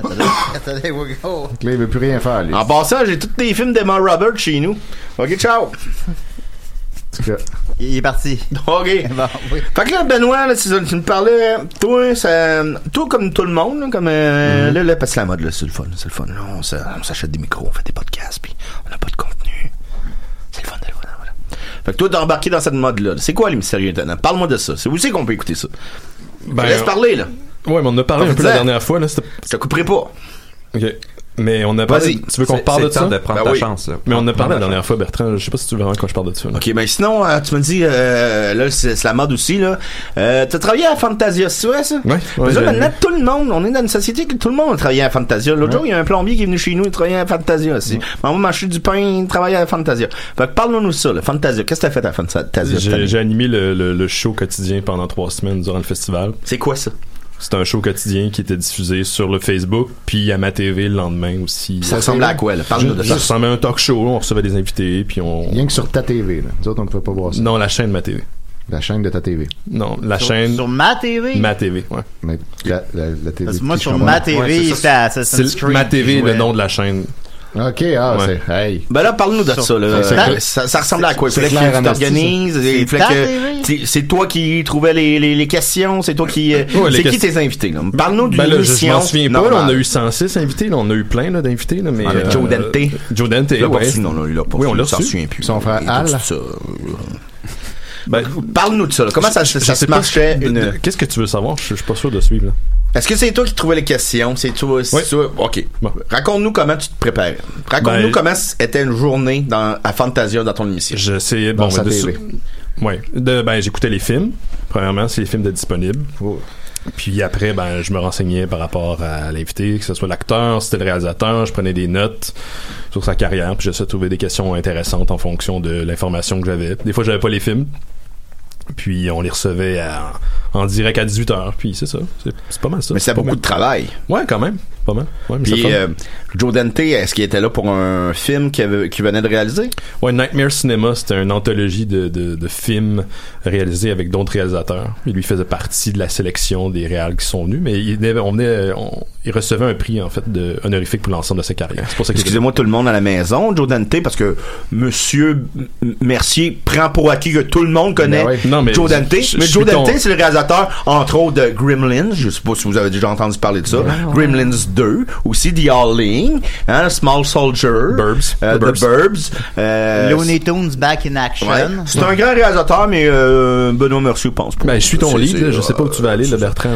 Attendez, we go. Là, il veut plus rien faire, lui. En passant, j'ai tous les films d'Emma Robert chez nous. OK, ciao. Parce que- Il est parti. OK. Bon, oui. Fait que là, Benoît, là, tu, tu me parlais, euh, toi, ça, toi comme tout le monde, là, comme Mhm. euh, là, là, parce que c'est la mode, là, c'est le fun, c'est le fun. Là, on s'a- on s'achète des micros, on fait des podcasts, puis on n'a pas de contenu. C'est le fun, c'est le fun, voilà. Fait que toi, t'es embarqué dans cette mode-là. là. C'est quoi les mystérieux étonnants? Parle-moi de ça. C'est où c'est qu'on peut écouter ça? Ben, Laisse parler, là. Ouais, mais on en a parlé Faut un peu le la dire. dernière fois, là. c'était- Je te couperai pas. Ok. Mais on a parlé. Vas-y. Tu veux qu'on C'est- parle c'est de ça? temps de prendre Ben ta oui. chance, là. Mais on en a parlé la Prendre ta dernière fois, Bertrand. Je sais pas si tu veux vraiment quand je parle de ça. là. OK, ben sinon, euh, tu me dis, euh, là, c'est c'est la mode aussi, là. Euh, t'as travaillé à Fantasia, c'est vrai, ça? Ouais, Parce ouais, que là, j'ai- maintenant, tout le monde, on est dans une société que tout le monde travaille à Fantasia. L'autre jour, il y a un plombier qui est venu chez nous, il travaillait à Fantasia aussi. Maman m'a acheté du pain, il travaillait à Fantasia. Fait que parle-nous de ça, là. Fantasia. Qu'est-ce que t'as fait à Fantasia? cette J'ai année? j'ai animé le, le- le show quotidien pendant trois semaines durant le festival. C'est quoi ça? C'était un show quotidien qui était diffusé sur le Facebook, puis à ma TV le lendemain aussi. Ça ressemble à quoi, là? Parle-nous de Ça ça. ressemblait à un talk show, on recevait des invités, puis on... Rien que sur ta TV, là. Nous autres, on ne pouvait pas voir ça. Non, la chaîne de ma TV. La chaîne de ta TV. Non, la Sur- chaîne Sur ma TV? ma TV, ouais. Mais la, la, la TV. Parce que moi, qui sur je ma comprends. TV, c'est ça. c'était Assassin's C'est Creed. ma TV, qui le jouait. nom de la chaîne. Ok, ah, Ouais. c'est. Hey. Ben là, parle-nous de Sur- ça, là. C'est- Ça, ça, ça ressemble à quoi? Il c'est fallait que clair, tu Anastie, t'organises. il C'est fallait ta que- TV? t'es- C'est toi qui trouvais les, les, les questions. C'est toi qui. euh, Ouais, les c'est qui questions. tes invités, là? Parle-nous d'une Ben là, je- je émission. m'en souviens pas, là, normale. on a eu 106 invités, là, on a eu plein là, d'invités. là, mais, Avec euh, Joe Dante. Joe Dante, Il l'a pas ouais. reçu, non, non, il l'a pas Oui, on reçu, l'a il s'en reçu. souvient plus. Son frère Il a tout Al. ça. Ben, Parle-nous de ça, là. Comment ça, ça, je ça se sais pas, marchait de- de- une... Qu'est-ce que tu veux savoir? Je je suis pas sûr de suivre, là. Est-ce que c'est toi qui trouvais les questions? C'est toi, c'est Oui. toi? OK. Bon. Raconte-nous comment tu te préparais. Raconte-nous Ben, comment c'était une journée dans, à Fantasia dans ton émission. Je sais, Dans bon, sa ben, de- TV. ouais. De- ben, j'écoutais les films. Premièrement, si les films étaient disponibles. Oh. Puis après, ben, je me renseignais par rapport à l'invité, que ce soit l'acteur, si c'était le réalisateur, je prenais des notes sur sa carrière, puis j'essayais de trouver des questions intéressantes en fonction de l'information que j'avais. Des fois, j'avais pas les films. Puis on les recevait à- en direct à 18h. Puis c'est ça. C'est c'est pas mal ça. Mais c'est Pas beaucoup mal. de travail. Ouais, quand même. pas mal. Ouais, mais Puis c'est le fun. euh, Joe Dante, est-ce qu'il était là pour un film qu'il avait- qu'il venait de réaliser? Ouais, Nightmare Cinema, c'était une anthologie de, de- de films réalisés avec d'autres réalisateurs. Il lui faisait partie de la sélection des réals qui sont venus, mais il, venait- on venait- on- il recevait un prix en fait de, honorifique pour l'ensemble de sa carrière. C'est pour ça qu'il était- Excusez-moi tout le monde à la maison, Joe Dante, parce que Monsieur M- Mercier prend pour acquis que tout le monde connaît Ben ouais. Non, mais Joe Dante. je- je- mais je Joe suis con- Dante, c'est le réalisateur, entre autres, de Gremlins. Je sais pas si vous avez déjà entendu parler de ça. Ben Gremlins 2, aussi The Howling, hein, Small Soldier, euh, The The Burbs. Burbs. euh, Looney Tunes Back in Action. Ouais. C'est un grand réalisateur, mais euh, Benoît Mercier pense pas. Ben, je suis ton lead, là, je sais pas où tu vas aller, là, Bertrand.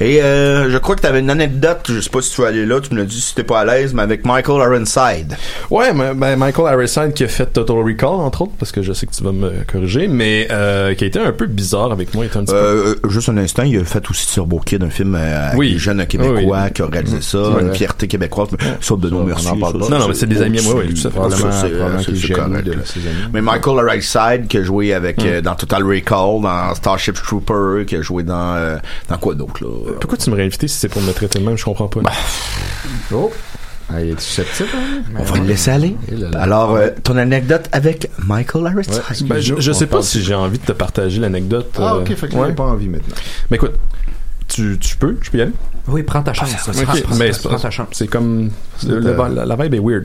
Et euh, je crois que tu avais une anecdote, je sais pas si tu vas aller là, tu me l'as dit si t'es pas à l'aise, mais avec Michael Ironside. Ouais, mais- ben, Michael Harrison qui a fait Total Recall, entre autres, parce que je sais que tu vas me corriger, mais euh, qui a été un peu bizarre avec moi. il était un petit peu- Euh, euh, juste un instant, il a fait aussi Turbo Kid, un film euh, avec Oui. des jeunes québécois qui a réalisé Mmh. ça, Ouais. une fierté québécoise, mais ça, Benoît Mercier. en parle ça, pas. ça, Non, non, mais c'est des amis à moi, oui, tout à Ça, fait. c'est- Probablement- c'est- probablement c'est- qu'il c'est gêne correct, de Mmh. là. Mais Michael Ironside qui a joué avec euh, dans Total Recall, dans Starship Trooper, qui a joué dans euh, dans quoi d'autre là Pourquoi tu me réinvites si c'est pour me traiter de même Je comprends pas. Oh. Ah, il est susceptible. On va le laisser aller. Alors, euh, ton anecdote avec Michael Ironside. Ben, je, je sais pas si j'ai envie de te partager l'anecdote. Ah, euh, ok, fait que ouais. j'ai pas envie maintenant. Mais écoute, tu, tu peux, je peux y aller? Oui, prends ta chance. Ok, Prends- prends- mais prends- Ah, c'est pas- prends ta chance. C'est comme. le- le- Euh, la, la vibe est weird.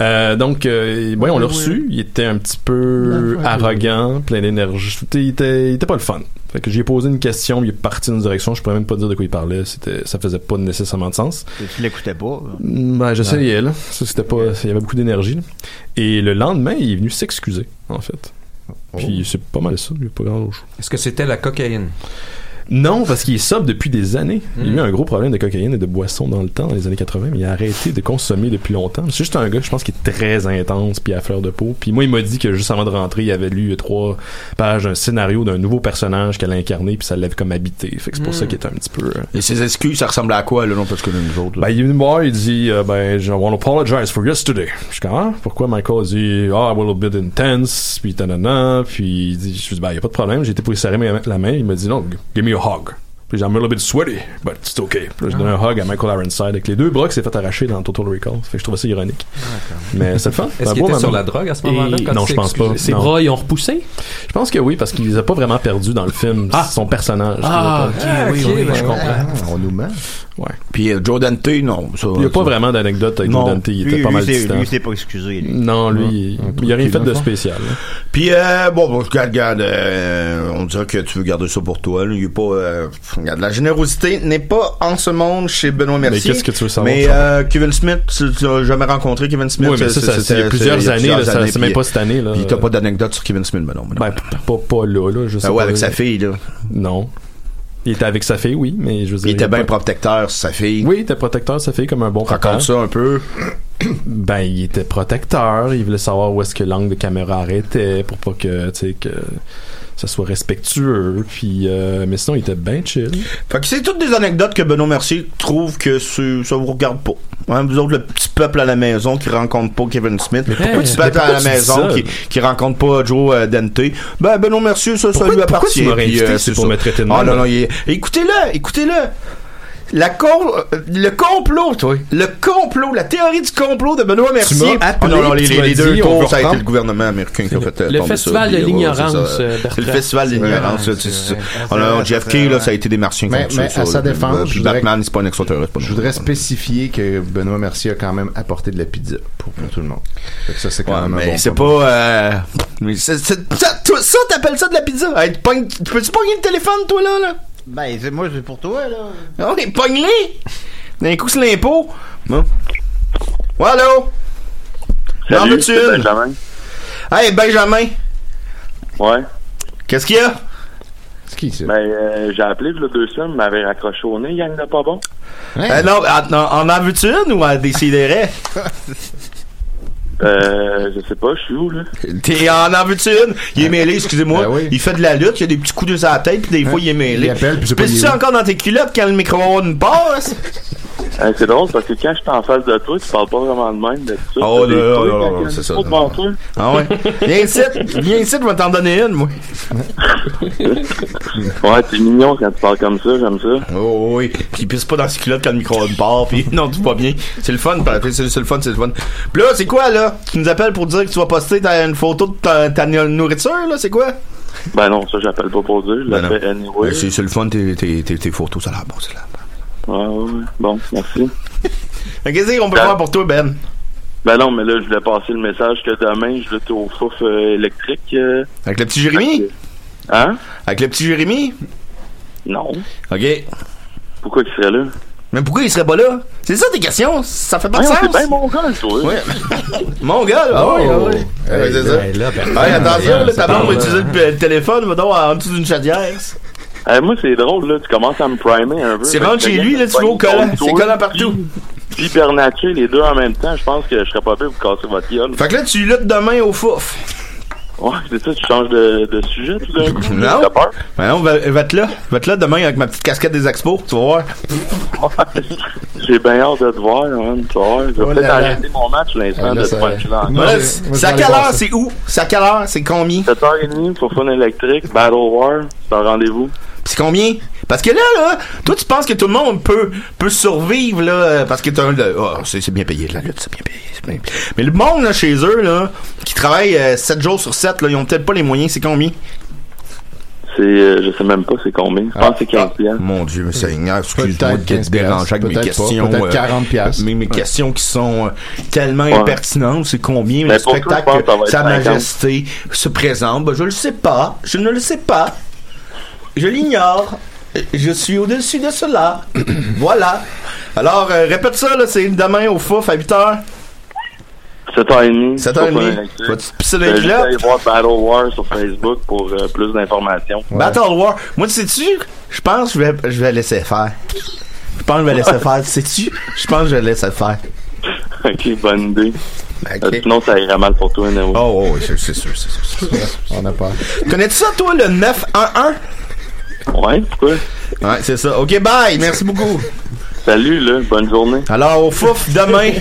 Euh, donc, euh, ouais, on l'a reçu. Il était un petit peu La vibe est arrogant, plein d'énergie. Tu sais, Il était, il était pas le fun. Fait que j'ai posé une question, il est parti dans une direction, je pourrais même pas dire de quoi il parlait. C'était, ça faisait pas nécessairement de sens. Tu l'écoutais pas. Ben, j'essayais, là. Ça, c'était pas, il y avait beaucoup d'énergie, là. Et le lendemain, il est venu s'excuser, en fait. Puis c'est pas mal ça, il y a pas grand chose. Est-ce que c'était la cocaïne? Non, parce qu'il est sobre depuis des années. Il a Mm. eu un gros problème de cocaïne et de boisson dans le temps, dans les années 80, mais il a arrêté de consommer depuis longtemps. C'est juste un gars, je pense, qui est très intense, puis à fleur de peau. Puis moi, il m'a dit que juste avant de rentrer, il avait lu trois pages d'un scénario d'un nouveau personnage qu'elle a incarné, puis ça l'avait comme habité. Fait que c'est pour Mm. ça qu'il était un petit peu... euh, Et ses excuses, ça ressemble à quoi, là, non, parce que nous autres, là? ben, il est venu me voir, il dit, euh, ben, je- I want to apologize for yesterday. Je suis comme, ah, pourquoi Michael dit, ah, I'm a little bit intense, puis tanana, puis il dit, je lui dis, ben, y a pas de problème, j'ai été pour lui serrer ma- la main, il m'a dit, non, g- give me a hug. Puis j'ai dit, I'm a little bit sweaty, but it's okay. Puis là, je donne un hug à Michael Ironside avec les deux bras qui s'est fait arracher dans Total Recall. Fait que je trouvais ça ironique. Mais c'est le fun. Est-ce Un qu'il beau était sur moment. la drogue à ce moment-là Et- quand Non, il je s'est pense pas. excusé? Ses bras, ils ont repoussé? Je pense que oui, parce qu'il les a pas vraiment perdus dans le film. Son personnage. Ah, Il les a pas- ok, oui, oui, je comprends. on nous ment. Ouais. Puis euh, Joe Dante, non. Ça, Il n'y a pas ça- vraiment d'anecdote avec Non. Joe Dante. Il Lui- était pas lui, mal c'est- distant. lui, c'est pas excusé. Non, lui, il- il n'y a rien fait de dans le fond. spécial. hein. là. Puis, euh, bon, bon, regarde, regarde, euh, on dirait que tu veux garder ça pour toi, là. Il est pas, euh, regarde, la générosité n'est pas en ce monde chez Benoît Mais Mercier. qu'est-ce que tu veux savoir, Mais, Charles? euh, Kevin Smith, tu, tu l'as jamais rencontré Kevin Smith? Oui, mais ça, ça, c'est il y a plusieurs il y a années, là, plusieurs ça- c'est même puis- pas cette année, là. Puis t'as pas d'anecdote sur Kevin Smith, Benoît. Ben, p- pas, pas là, là, je sais Ah ouais, pas, avec là. sa fille, là. Non. Il était avec sa fille, oui, mais je veux dire. Il était bien pas- protecteur, sa fille. Oui, il était protecteur, sa fille, comme un bon Raconte ça un peu. Ben, il était protecteur, il voulait savoir où est-ce que l'angle de caméra arrêtait pour pas que, tu sais, que ça soit respectueux, puis, euh, mais sinon, il était bien chill. Fait que c'est toutes des anecdotes que Benoît Mercier trouve que c'est- ça vous regarde pas. Hein, vous autres, le petit peuple à la maison qui rencontre pas Kevin Smith. Le pourquoi petit tu- peuple mais à la pourquoi tu dis maison ça? qui, qui rencontre pas Joe euh, Dante. Ben, Benoît Mercier, ça, ça Pourquoi- lui pourquoi appartient. tu m'aurais puis, invité si c'est pour ça. me traiter de Ah même? non, non, il est- écoutez-le, écoutez-le. La cor- euh, le complot, toi. Le complot, la théorie du complot de Benoît Mercier. m'as appelé, Ah non, non, les, tu les m'as deux dit, on tours, veut ça a été reprendre. le gouvernement américain qui a fait euh, Le tomber festival ça, de puis, ouais, l'ignorance, c'est ça. euh, C'est le Bertrand. festival de C'est vrai, l'ignorance. là, c'est tu- vrai. on a- C'est JFK, vrai. là, ça a été des martiens qui Mais- ont tué mais ça, à sa là. défense, Puis je voudrais- Batman, c'est pas un extraterrestre. pas Je voudrais spécifier que Benoît Mercier a quand même apporté de la pizza pour, pour tout le monde. Fait que ça, c'est quand Ouais, même un mais bon c'est point. pas. euh, mais c'est- c'est- ça, toi, ça, t'appelles ça de la pizza? Hey, tu pognes- tu peux-tu pogner le téléphone, toi, là? là? Ben, c'est- moi, c'est pour toi, là. Oh, mais pogne-les! D'un coup, c'est l'impôt! Bon. Ouais, allô? J'en Salut, veux-tu c'est une? Benjamin. Hey, Benjamin! Ouais. Qu'est-ce qu'il y a? Ben, euh, j'ai appelé le deux semaines, m'avait raccroché au nez, Yann n'est pas bon. Hein? Euh, non, ah, non, en en veux-tu une ou à décider? Euh, je sais pas, je suis où, là? T'es en en veux-tu une? Il est Ben mêlé, excusez-moi. Il fait de la lutte, il y a des petits coups de sur la tête, puis des fois, il est mêlé. Il appelle, puis c'est pas Pisse-tu il est où. encore dans tes culottes quand le micro-ondes passe? Hein, c'est drôle parce que quand je suis en face de toi, tu parles pas vraiment de même de ça. Oh T'as là des là trucs, là hein, là, quand c'est il y a ça. trop devant toi. Ah ouais. Viens ici, viens ici, je vais t'en donner une, moi. Ouais, t'es mignon quand tu parles comme ça, j'aime ça. Oh oui. Puis il pisse pas dans ses culottes quand le micro-ondes part, puis non, tout va bien. C'est le fun, par- c'est c'est le fun, c'est le fun. Puis là, c'est quoi, là? Tu nous appelles pour dire que tu vas poster ta- une photo de ta, ta nourriture, là, c'est quoi? Ben non, ça, j'appelle pas pour dire, je Ben non. l'appelle anyway. Ben, C'est c'est le fun, tes, tes, tes, tes photos, ça a l'air bon, ça a l'air Ouais, ouais, ouais. Bon, merci. bon. Qu'est-ce qu'on peut faire pour toi, Ben? Ben non, mais là, je voulais passer le message que demain, je lutte au fouf euh, électrique. euh. Avec le petit Jérémy? Hein? Avec le petit Jérémy? Non. OK. Pourquoi il serait là? Mais pourquoi il serait pas là? C'est ça tes questions? Ça fait pas de Ouais, sens? c'est bien mon gars, toi. Ouais. Mon gars, là, ah oui, ah oui. Oh. Hey, Ouais, c'est ça. hey, là, ben, Ouais, attention, ben, là, ta ça blonde va parle, utiliser le, p- le téléphone, va donc en dessous d'une chaudière. Eh, moi, c'est drôle, là, tu commences à me primer un peu. Tu rentres chez lui, là, tu vas au collant. C'est collant partout. Puis Bernatchez, les deux en même temps, je pense que je serais pas pire pour casser votre gueule. Fait que là, tu luttes demain au fouf. Ouais, c'est ça, tu changes de, de sujet tout d'un coup. Non. T'as peur? Ben non, va, va-te là. Va-te là demain avec ma petite casquette des expos, tu vas voir. J'ai bien hâte de te voir, man. Tu vas voir. Je vais Oh là peut-être là. arrêter mon match l'instant Ah, là, de te ça- puncher dans Moi, la j'ai- c'est moi, je vais à aller quelle voir heure, ça. c'est où? C'est à quelle heure? C'est combien? 7h30 pour Fun Electric, Battle War. C'est un rendez-vous. C'est combien? Parce que là, là, toi, tu penses que tout le monde peut, peut survivre, là, euh, parce que t'as un. le- oh, c'est c'est bien payé, la lutte, c'est bien payé. c'est bien payé. Mais le monde, là, chez eux, là, qui travaille 7 jours sur 7, là, ils ont peut-être pas les moyens, c'est combien? C'est, euh, je sais même pas c'est combien. Je pense que c'est Ah. 15 piastres. Eh, Mon Dieu, mais Seigneur, excuse-moi de Peut-être 15 te déranger avec mes peut-être pas, questions. peut-être 40 Mais mes questions qui sont euh, tellement Ouais. impertinentes, c'est combien Mais le pour toi, spectacle je pense que ça va Sa être 50. Majesté se présente ben, Je le sais pas, je ne le sais pas, je l'ignore, je suis au-dessus de cela. voilà. Alors, euh, répète ça, là, c'est demain au fouf à 8h. 7h30. 7h30. Vas-tu te pisser dans les culottes? allez Euh, voir Battle War sur Facebook pour euh, plus d'informations. Battle War. Moi, tu sais-tu, je pense que je vais, je vais laisser faire. Je pense que je vais laisser faire, tu sais-tu? Je pense que je vais laisser faire. Ah. ok, bonne idée. Euh, sinon, ça ira mal pour toi, Néo. Oh, oh, c'est sûr, c'est sûr. On n'a pas. Connais-tu ça, toi, le 911? Ouais, pourquoi? Ouais, c'est ça. OK, bye. Merci beaucoup. Salut, là. Bonne journée. Alors, au fouf, demain,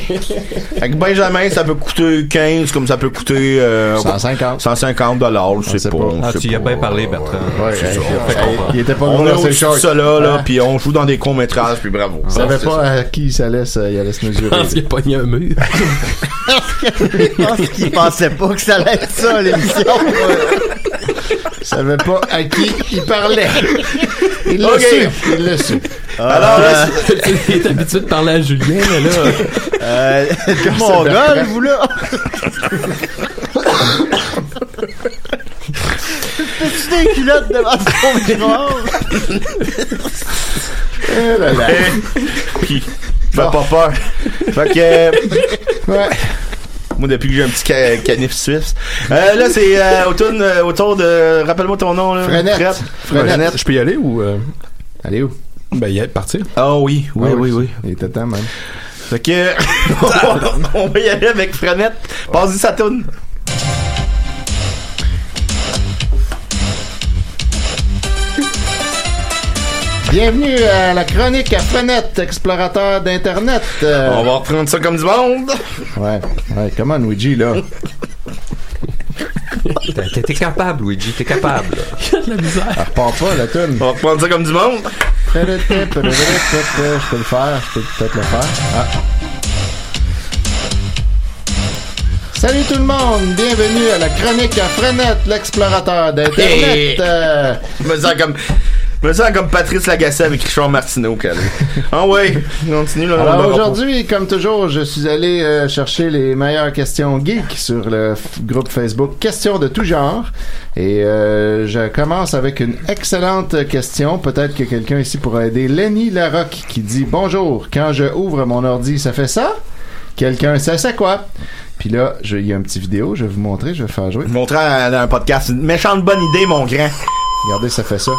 avec Benjamin, ça peut coûter 15, comme ça peut coûter... euh, 150. 150 dollars, je sais pas. on Ah, sait tu y as bien parlé, Bertrand. Ouais, C'est hey, ça. hey, Fait qu'on hey, va- il était pas on loin est dans ses au-dessus de shorts. ça, là, Ah. puis on joue dans des courts-métrages, puis bravo. On savait pas à qui ça laisse, euh, il allait se Je mesurer. pense qu'il a pogné un mur. Je pense qu'ils pensaient pas que ça allait être ça, l'émission. Il savait pas à qui il parlait. Il l'a Ok. su. Il l'a su. Alors, là, il est habitué de parler à Julien, mais là. Euh, mon gars, vous là. Fais-tu des culottes devant son miroir? Eh là là. Puis, fais pas peur. Fait que. euh, Ouais. Moi, depuis que j'ai un petit ca- canif suisse. Euh, là, c'est euh, autour, de- autour de. Rappelle-moi ton nom, là. Frenette. Fred. Frenette. Je peux y aller ou. euh, Allez où? Ben, y aller, partir. Ah oui, oui, Ah oui, oui. Il était temps, man. Fait que. on va y aller avec Frenette. Passe-y sa toune. Bienvenue à la chronique à Frenette, explorateur d'Internet. Euh, On va reprendre ça comme du monde. Ouais, ouais, comment Luigi, là? Ben, T'es- T'es t'es capable, Luigi, t'es capable. Elle repart pas, la tune. On va reprendre ça comme du monde. Je peux le faire, je peux peut-être le faire. Ah. Salut tout le monde, bienvenue à la chronique à Frenette, l'explorateur Hey. d'Internet. Euh, Je me sens comme. Je me sens comme Patrice Lagacé avec Richard Martineau, quand même. Ah ouais, continue là. on Alors verra pas. aujourd'hui, comme toujours, je suis allé euh, chercher les meilleures questions geeks sur le f- groupe Facebook Questions de tout genre. Et euh, je commence avec une excellente question. Peut-être que quelqu'un ici pourra aider. Lenny Larocque qui dit Bonjour, quand je ouvre mon ordi, ça fait ça Quelqu'un sait c'est quoi Puis là, je- il y a une petite vidéo, je vais vous montrer, je vais faire jouer. Montrer à- dans un podcast. Une méchante bonne idée, mon grand. Regardez, ça fait ça.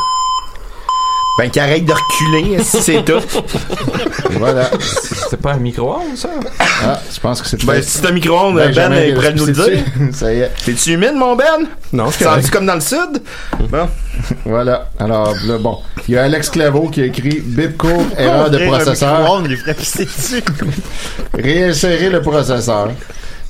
Ben, qu'il arrête de reculer, si c'est tout. voilà. C'est pas un micro-ondes, ça? Ah, je pense que c'est Ben, si c'est un micro-ondes, Ben, Benjamin, il pourrait nous le dire. Ça y est. T'es-tu humide, mon Ben? Non, c'est rendu comme dans le sud? Bon. Voilà. Alors, là, bon. Il y a Alex Claveau qui a écrit Bitcourt, erreur de Ouvrir un processeur. micro-ondes, il ferait pisser dessus. Réinsérer le processeur.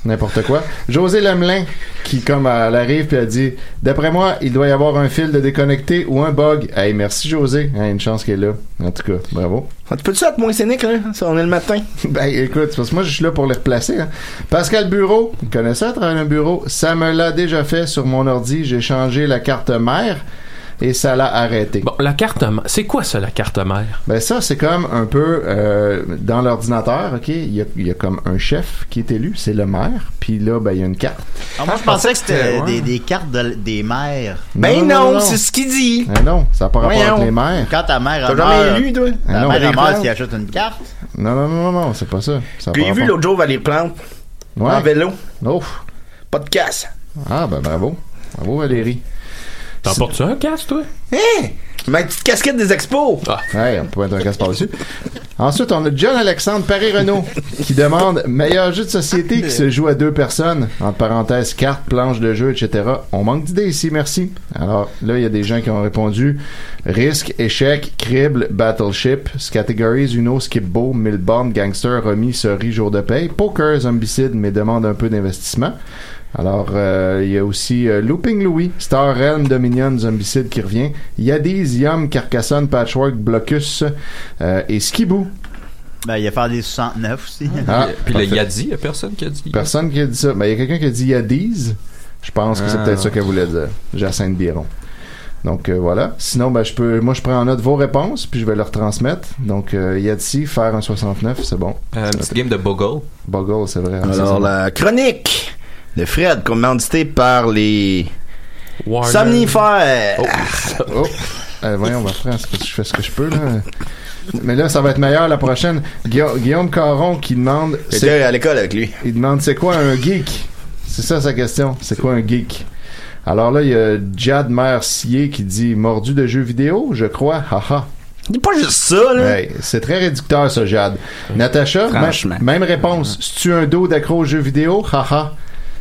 N'importe quoi. José Lemelin, qui, comme elle arrive, puis a dit D'après moi, il doit y avoir un fil de déconnecté ou un bug. Hey, merci José. Hein, une chance qu'il est là. En tout cas, bravo. Peux-tu être moins scénique, là? Ça, on est le matin. Ben écoute, c'est parce que moi je suis là pour les replacer. hein. Pascal Bureau, vous connaissez ça, travailler un bureau? Ça me l'a déjà fait sur mon ordi. J'ai changé la carte mère et ça l'a arrêté. Bon, la carte mère. C'est quoi ça, la carte mère? Ben ça, c'est comme un peu euh, dans l'ordinateur, ok? Il y, a, il y a comme un chef qui est élu, c'est le maire. Puis là, ben il y a une carte. Ah, moi, je pensais que c'était euh, des, des cartes de- des mères. Ben non, c'est ce qu'il dit. Ben non, ça n'a pas rapport Voyons. avec les maires. Quand ta mère T'as a jamais lu, toi? Ta Ah non. mère a Valérie mort, Plante. qui achète une carte. Non, non, non, non, non, c'est pas ça. ça a J'ai pas vu rapport. l'autre jour Valérie Plante, Ouais. en vélo. Ouf. Pas de casse. Ah ben bravo. Bravo Valérie. T'en portes-tu un casque, toi? Hein? Ma petite casquette des expos. Ouais, on peut mettre un casse par-dessus. Ensuite, on a John Alexandre Paris-Renault qui demande meilleur jeu de société qui se joue à deux personnes. Entre parenthèses, cartes, planches de jeu, etc. On manque d'idées ici, merci. Alors là, il y a des gens qui ont répondu risque, échec, crible, battleship, categories, uno, skip beau, mille bornes, gangster, remis, cerise, jour de paye, poker, zombicide, mais demande un peu d'investissement. Alors, euh, il y a aussi euh, Looping Louis, Star Realm, Dominion, Zombicide qui revient, Yadiz, Yum, Carcassonne, Patchwork, Blocus euh, et Skibou. Ben, il va faire des 69 aussi. Ah, Puis le parfait. Yadi, y a personne qui a dit. Personne qui a dit ça. Mais il y a quelqu'un qui a dit Yadiz. Je pense que c'est Ah. peut-être ça qu'elle voulait dire. Jacinthe Biron. Donc euh, voilà. Sinon, ben, je peux, moi je prends en note vos réponses, puis je vais les retransmettre. Donc euh, Yadzi, faire un 69, c'est bon. Euh, une petite game de Bogle. Boggle, c'est vrai. Ah, Alors, c'est ça. la chronique de Fred, commandité par les Warner. somnifères. Oh. Euh, voyons, va faire que je fais ce que je peux là. Mais là, ça va être meilleur la prochaine. Guilla- Guillaume Caron qui demande. c'est- J'étais à l'école avec lui. Il demande c'est quoi un geek C'est ça sa question. C'est quoi un geek Alors là, il y a Jad Mercier qui dit mordu de jeux vidéo, je crois. Haha. Dis pas juste ça, là. Hey, c'est très réducteur ça, Jad. Natacha, ma- Franchement. même réponse. C'est-tu un dos d'accro aux jeux vidéo Haha.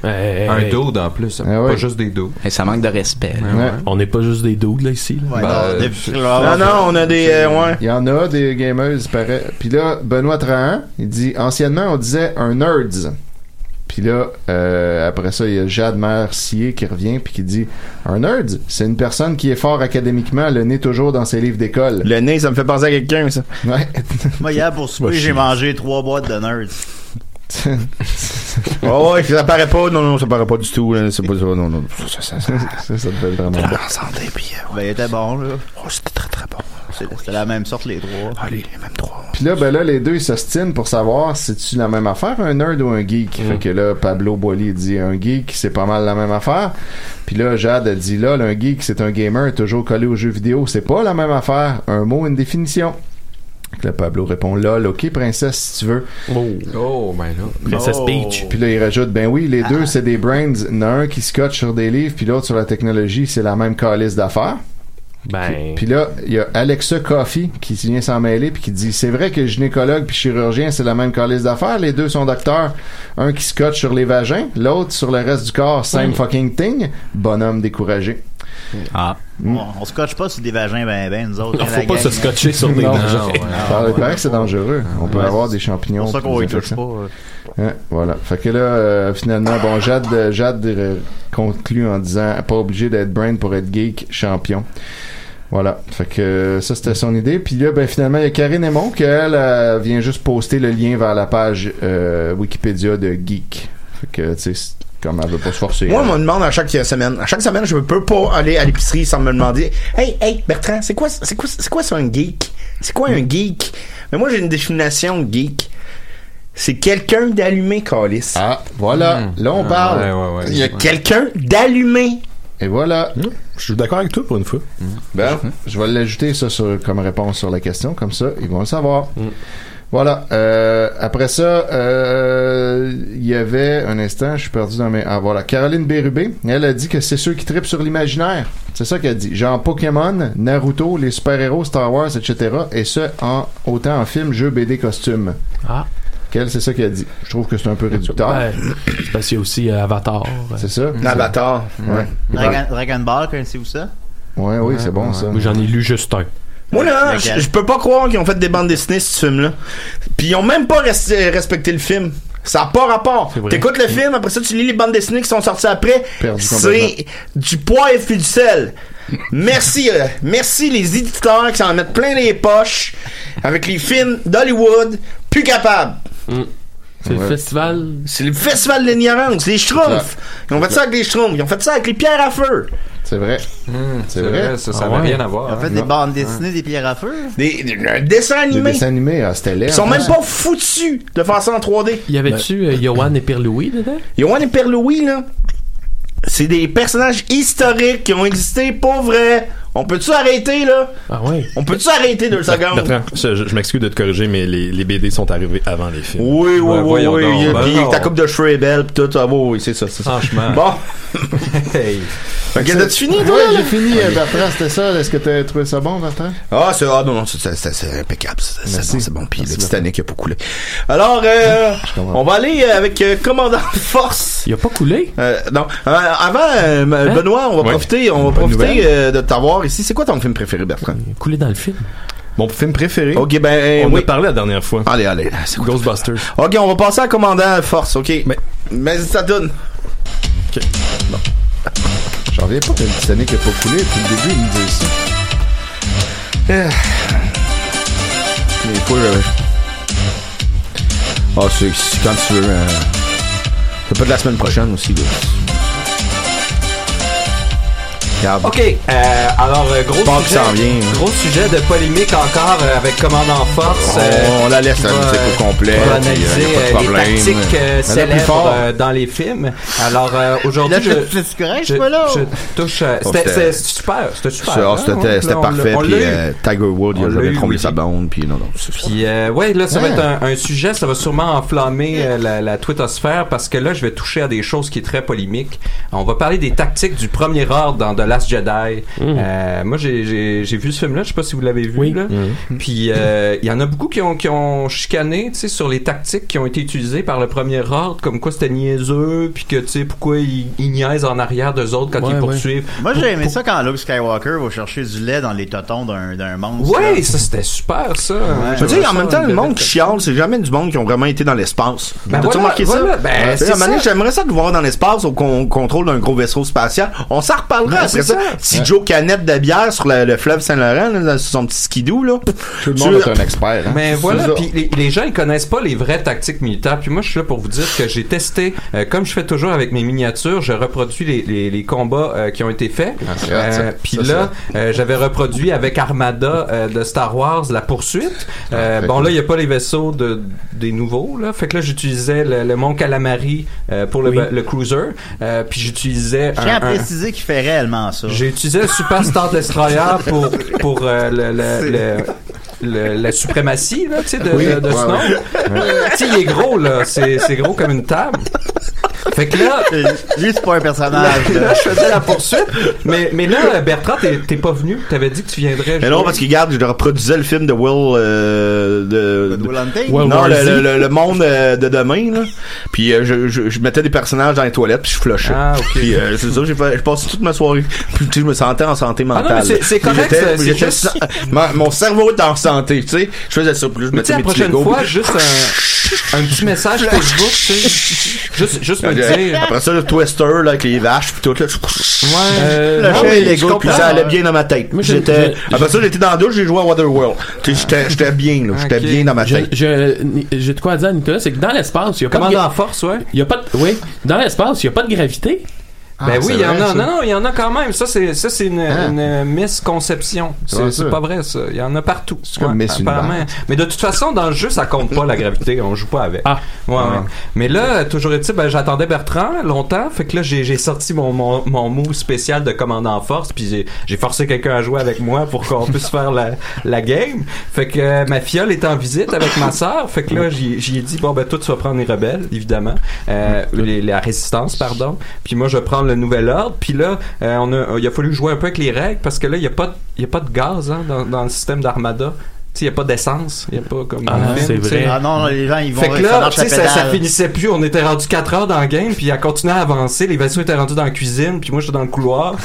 Hey, hey, Un hey. dude en plus, Ah ouais. pas juste des dos. Et ça manque de respect. là. Ouais. On n'est pas juste des doubles, là, ici. là. Ouais, Ben, non, c'est- Non, non, on a des. euh, ouais. Il y en a des gameuses, paraît. Puis là, Benoît Trahan, il dit anciennement, on disait un nerds. Puis là, euh, après ça, il y a Jade Mercier qui revient puis qui dit un nerds, c'est une personne qui est fort académiquement, le nez toujours dans ses livres d'école. Le nez, ça me fait penser à quelqu'un, ça. Ouais. Moi, hier, pour souper, j'ai mangé trois boîtes de nerds. Oh, ouais, ça paraît pas. Non, non, ça paraît pas du tout. là. C'est pas ça. Non, non. Ça, ça, ça. ça, ça devait être vraiment bon. Ah, santé, puis. euh, Ben, il était bon, là. Oh, c'était très, très bon. C'est- C'était la même sorte, les trois. Allez, les mêmes trois. Puis là, ben là, les deux, ils s'ostinent pour savoir si tu la même affaire, un nerd ou un geek. Fait que là, Pablo Boily dit un geek, c'est pas mal la même affaire. Puis là, Jade, elle dit là, un geek, c'est un gamer toujours collé aux jeux vidéo, c'est pas la même affaire. Un mot, une définition. Fait que Là, Pablo répond lol, ok princesse si tu veux. Oh, ben là. Princess Peach. Puis là il rajoute ben oui les deux c'est des brains, Il y en a un qui scotche sur des livres puis l'autre sur la technologie, c'est la même calice d'affaires. Ben. Puis là, il y a Alexa Coffey qui vient s'en mêler puis qui dit c'est vrai que gynécologue puis chirurgien c'est la même calice d'affaires, les deux sont docteurs, un qui scotche sur les vagins, l'autre sur le reste du corps, same fucking thing, bonhomme découragé. On, on se coche pas sur des vagins, ben, ben, nous autres. Non, hein, la faut pas gang, se hein. scotcher sur des Non, dangers. ouais. Ah, Alors, il paraît que c'est dangereux, on peut Ouais. avoir des C'est champignons. pour ça qu'on les des touche infections. pas. euh. Ouais, Hein, voilà. Fait que là, euh, finalement, bon, Jade, euh, Jade euh, conclut en disant pas obligé d'être brain pour être geek champion. Voilà. Fait que euh, ça, c'était son idée. Puis là, ben, finalement, il y a Karine Aymon qui, elle, euh, vient juste poster le lien vers la page euh, Wikipédia de geek. Fait que, tu sais, c'est comme elle veut pas se forcer. hein. Moi, elle. on me demande à chaque semaine. À chaque semaine, je peux pas aller à l'épicerie sans me demander Hey, hey, Bertrand, c'est quoi, c'est quoi, c'est quoi ça un geek C'est quoi un geek Mais moi, j'ai une définition de geek. C'est quelqu'un d'allumé, Calis. Ah, voilà. Là, on parle. Ouais, ouais, ouais. Il y a quelqu'un d'allumé. Et voilà. Mmh. Mmh. Je suis d'accord avec toi pour une fois. Mmh. Ben, je vais l'ajouter ça sur- comme réponse sur la question, comme ça, ils vont le savoir. Voilà. Euh, après ça, euh, il y avait un instant, je suis perdu dans mes. Ah voilà, Caroline Bérubé. Elle a dit que c'est ceux qui tripent sur l'imaginaire. C'est ça qu'elle dit. Genre Pokémon, Naruto, les super-héros, Star Wars, etc. Et ce, en autant en film, jeu, BD, costume. Ah. Qu'elle, c'est ça qu'elle dit. Je trouve que c'est un peu réducteur. Ben, c'est parce qu'il y a aussi euh, Avatar. C'est ça. Avatar. Ouais. Dragon, Dragon Ball, connaissez vous ça? Ouais, oui, c'est bon ça. Moi, j'en ai lu juste un. Moi là, Lequel? je je peux pas croire qu'ils ont fait des bandes dessinées ce film là. Puis ils ont même pas resté- respecté le film. Ça n'a pas rapport. vrai. T'écoutes le film, après ça tu lis les bandes dessinées qui sont sorties après. Mm. Perdu C'est du poivre puis du sel. Merci, euh, merci les éditeurs qui s'en mettent plein les poches avec les films d'Hollywood plus capables. C'est le Ouais. festival. C'est le festival de l'ignorance, les schtroumpfs. Ils ont fait ça avec les schtroumpfs, ils ont fait ça avec les pierres à feu. C'est vrai. c'est Hmm, C'est vrai. vrai, ça, ça Ah n'a ouais. rien à voir. En fait, hein. des bandes dessinées, des pierres à feu. Des, des- un dessin Les animé. dessins animés, ah, c'était Ils l'air. sont même pas foutus de faire ça en 3D. Y avait-tu euh, Yoann et Pierre-Louis dedans? Yoann et Père Louis, là, c'est des personnages historiques qui ont existé pour vrai. On peut-tu arrêter, là? Ah ouais. On peut-tu arrêter deux secondes? Ah, Bertrand, je, je- je m'excuse de te corriger, mais les, les BD sont arrivés avant les films. Oui, oui, Ben, oui, voyons oui. donc, il- ben Puis non. ta coupe de cheveux est belle, pis tout. Ah, oui, oui, c'est ça, c'est ça. Franchement. Bon, Hey. ok, t'as-tu fini, toi? Ouais, là? j'ai fini, euh, Bertrand, c'était ça. Est-ce que t'as trouvé ça bon, Bertrand? Ah, c'est, ah, non, non, c'est, c'est- c'est- c'est impeccable. C'est, c'est Merci. bon, c'est bon. Puis le Merci, Titanic a pas coulé. Alors, euh, comprends. on va aller euh, avec euh, Commandant Force. Il a pas coulé? Euh, non, Euh, avant, euh, Hein? Benoît, on va Ouais. profiter, on va Bonne profiter nouvelle. euh, de t'avoir ici. C'est quoi ton film préféré, Bertrand? Il a coulé dans le film. Mon film préféré. Oh, Ok, ben, on en oui. a parlé la dernière fois. Allez, allez, c'est quoi? Ghostbusters. Ok, on va passer à commandant force, ok? Mais- Mais ça donne. J'en reviens pas que le Titanic a pas coulé, depuis le début, il me dit ça. Eh. Mais faut le. Ah, c'est c'est quand tu veux. hein. euh, C'est pas de la semaine prochaine aussi, là. Regarde. Ok, euh, alors euh, gros Pas qu'il sujet, s'en vient, hein. gros sujet de polémique encore euh, avec Commandant Force. On- on la laisse qui la va, musique au euh, complet, qui va puis, euh, y a analyser pas de euh, problème. les tactiques euh, plus fort. célèbres euh, dans les films. Alors euh, aujourd'hui, Là, je, c'est- c'est correct, je je, suis pas là. je touche. euh, Oh, c'était, c'était- c'était super, c'était super. Ça, oh, hein, C'était ouais, c'était là, on l'a- parfait, on puis l'a eu. euh, Tiger Wood, il On a l'a jamais eu, comblé oui. sa bande, puis non, non. c'est- Puis euh, ouais, là, ça va être un, un sujet, ça va sûrement enflammer euh, la, la twittosphère parce que là, je vais toucher à des choses qui est très polémique. On va parler des tactiques du premier ordre dans The Last Jedi. Euh, moi, j'ai- j'ai j'ai vu ce film-là, je sais pas si vous l'avez vu. Oui. Là. Puis euh, il y en a beaucoup qui ont, qui ont chicané, tu sais, sur les tactiques qui ont été utilisées par le premier ordre, comme quoi c'était niaiseux, puis que tu sais pourquoi ils, ils niaisent en arrière d'eux autres quand Ouais, ils ouais. poursuivent. Moi, j'ai aimé ça quand Luke Skywalker va chercher du lait dans les totons d'un d'un monstre. Ouais, ça c'était super ça. Je veux dire, en même temps, le monde qui qui chiale, c'est jamais du monde qui ont vraiment été dans l'espace. Ben T'as-tu voilà, remarqué voilà, ça? ben, Ouais, c'est à un moment donné, ça. J'aimerais ça te voir dans l'espace au con- contrôle d'un gros vaisseau spatial. On s'en reparlera Ben, après c'est ça. ça. Si Joe canette de bière sur le, le fleuve Saint-Laurent, là, sur son petit skidoo, là. Tout le Tu monde veux- est un expert. hein. Mais C'est voilà, ça. puis les, les gens ils connaissent pas les vraies tactiques militaires. Puis moi je suis là pour vous dire que j'ai testé, euh, comme je fais toujours avec mes miniatures, je reproduis les, les, les combats euh, qui ont été faits. c'est hot, ça. Euh, Puis Ça, là, euh, j'avais reproduit avec Armada euh, de Star Wars la poursuite. Euh, fait bon cool. là il y a pas les vaisseaux de des nouveaux là, fait que là j'utilisais le, le Mont Calamari euh, pour le, le cruiser. Euh, puis j'utilisais Je tiens à un- un- préciser qu'il fait réellement ça. j'ai utilisé le Super Star Destroyer pour, pour euh, le, le- le- le- la suprématie là, tu sais, de, Oui, de, de ouais, Snow. ouais. Tu sais, il est gros, là. C'est, c'est gros comme une table. Fait que là, Euh, Lui, c'est pas un personnage. là. là, je faisais la poursuite. Mais, mais là, Bertrand, t'es, t'es pas venu. T'avais dit que tu viendrais. Mais non, parce que, regarde, je reproduisais le film de Will, euh, de, Will Hunting. Will non, War le, Z. le- le- le monde euh, de demain, là. Puis euh, je, je, je mettais des personnages dans les toilettes, puis je flushais. Ah, ok. Puis euh, c'est ça, j'ai fait- j'ai passé toute ma soirée. Puis tu sais, je me sentais en santé mentale. Ah non, mais c'est- c'est Puis correct, j'étais- c'est- c'est j'étais juste- sans- ma- mon cerveau était en santé, tu sais. Je faisais ça, puis là, je Mais mettais tu sais, la mes petits prochaine Legos, fois, puis- juste un, un petit message Facebook, tu sais. Juste, Ah, juste me dire. euh, Après ça, le twister, là, avec les vaches, puis tout, là. je- Ouais. Euh, Lâchais non, mais les Legos, je comprends. puis ça allait bien dans ma tête. Moi, j'ai- J'étais, j'ai- après ça, j'étais dans la douche, j'ai joué à Waterworld. Tu sais, j'étais- j'étais bien, là. J'étais Ok. bien dans ma Je- tête. je- J'ai de quoi dire à Nicolas, c'est que dans l'espace, il y a pas de Commandant gra- Force, ouais. il y a pas de, oui, dans l'espace, il y a pas de gravité. Ben oui, Ah, c'est il y en vrai, a. ça. Non, non, il y en a quand même. Ça, c'est ça, c'est une, Ah. Hein? une misconception. Ouais, C'est c'est ça. pas vrai, ça. Il y en a partout. C'est comme Miss Univers. Mais de toute façon, dans le jeu, ça compte pas la gravité. On joue pas avec. Ah. Ouais, ouais. Mais là, toujours est-il, ben, j'attendais Bertrand longtemps. Fait que là, j'ai j'ai sorti mon, mon, mon move spécial de commandant force. Puis j'ai- j'ai forcé quelqu'un à jouer avec moi pour qu'on puisse faire la, la game. Fait que euh, ma fiole est en visite avec ma sœur. Fait que là, j'y j'y ai dit, bon, ben, toi, tu vas prendre les rebelles, évidemment. Euh, les- la résistance, pardon. Puis moi, je vais prendre le nouvel ordre. Puis là, euh, on a, il a fallu jouer un peu avec les règles parce que là, il n'y a, pas de- il y a pas de gaz hein, dans, dans le système d'Armada. Tu sais, il n'y a pas d'essence. Il n'y a pas comme. dans le film, tu sais. Ah non, les gens, ils vont. Fait que ça là, marche tu sais, à ça, ça pédale. finissait plus. On était rendu 4 heures dans le game, puis elle continuait à avancer. Les vaisseaux étaient rendus dans la cuisine, puis moi, j'étais dans le couloir.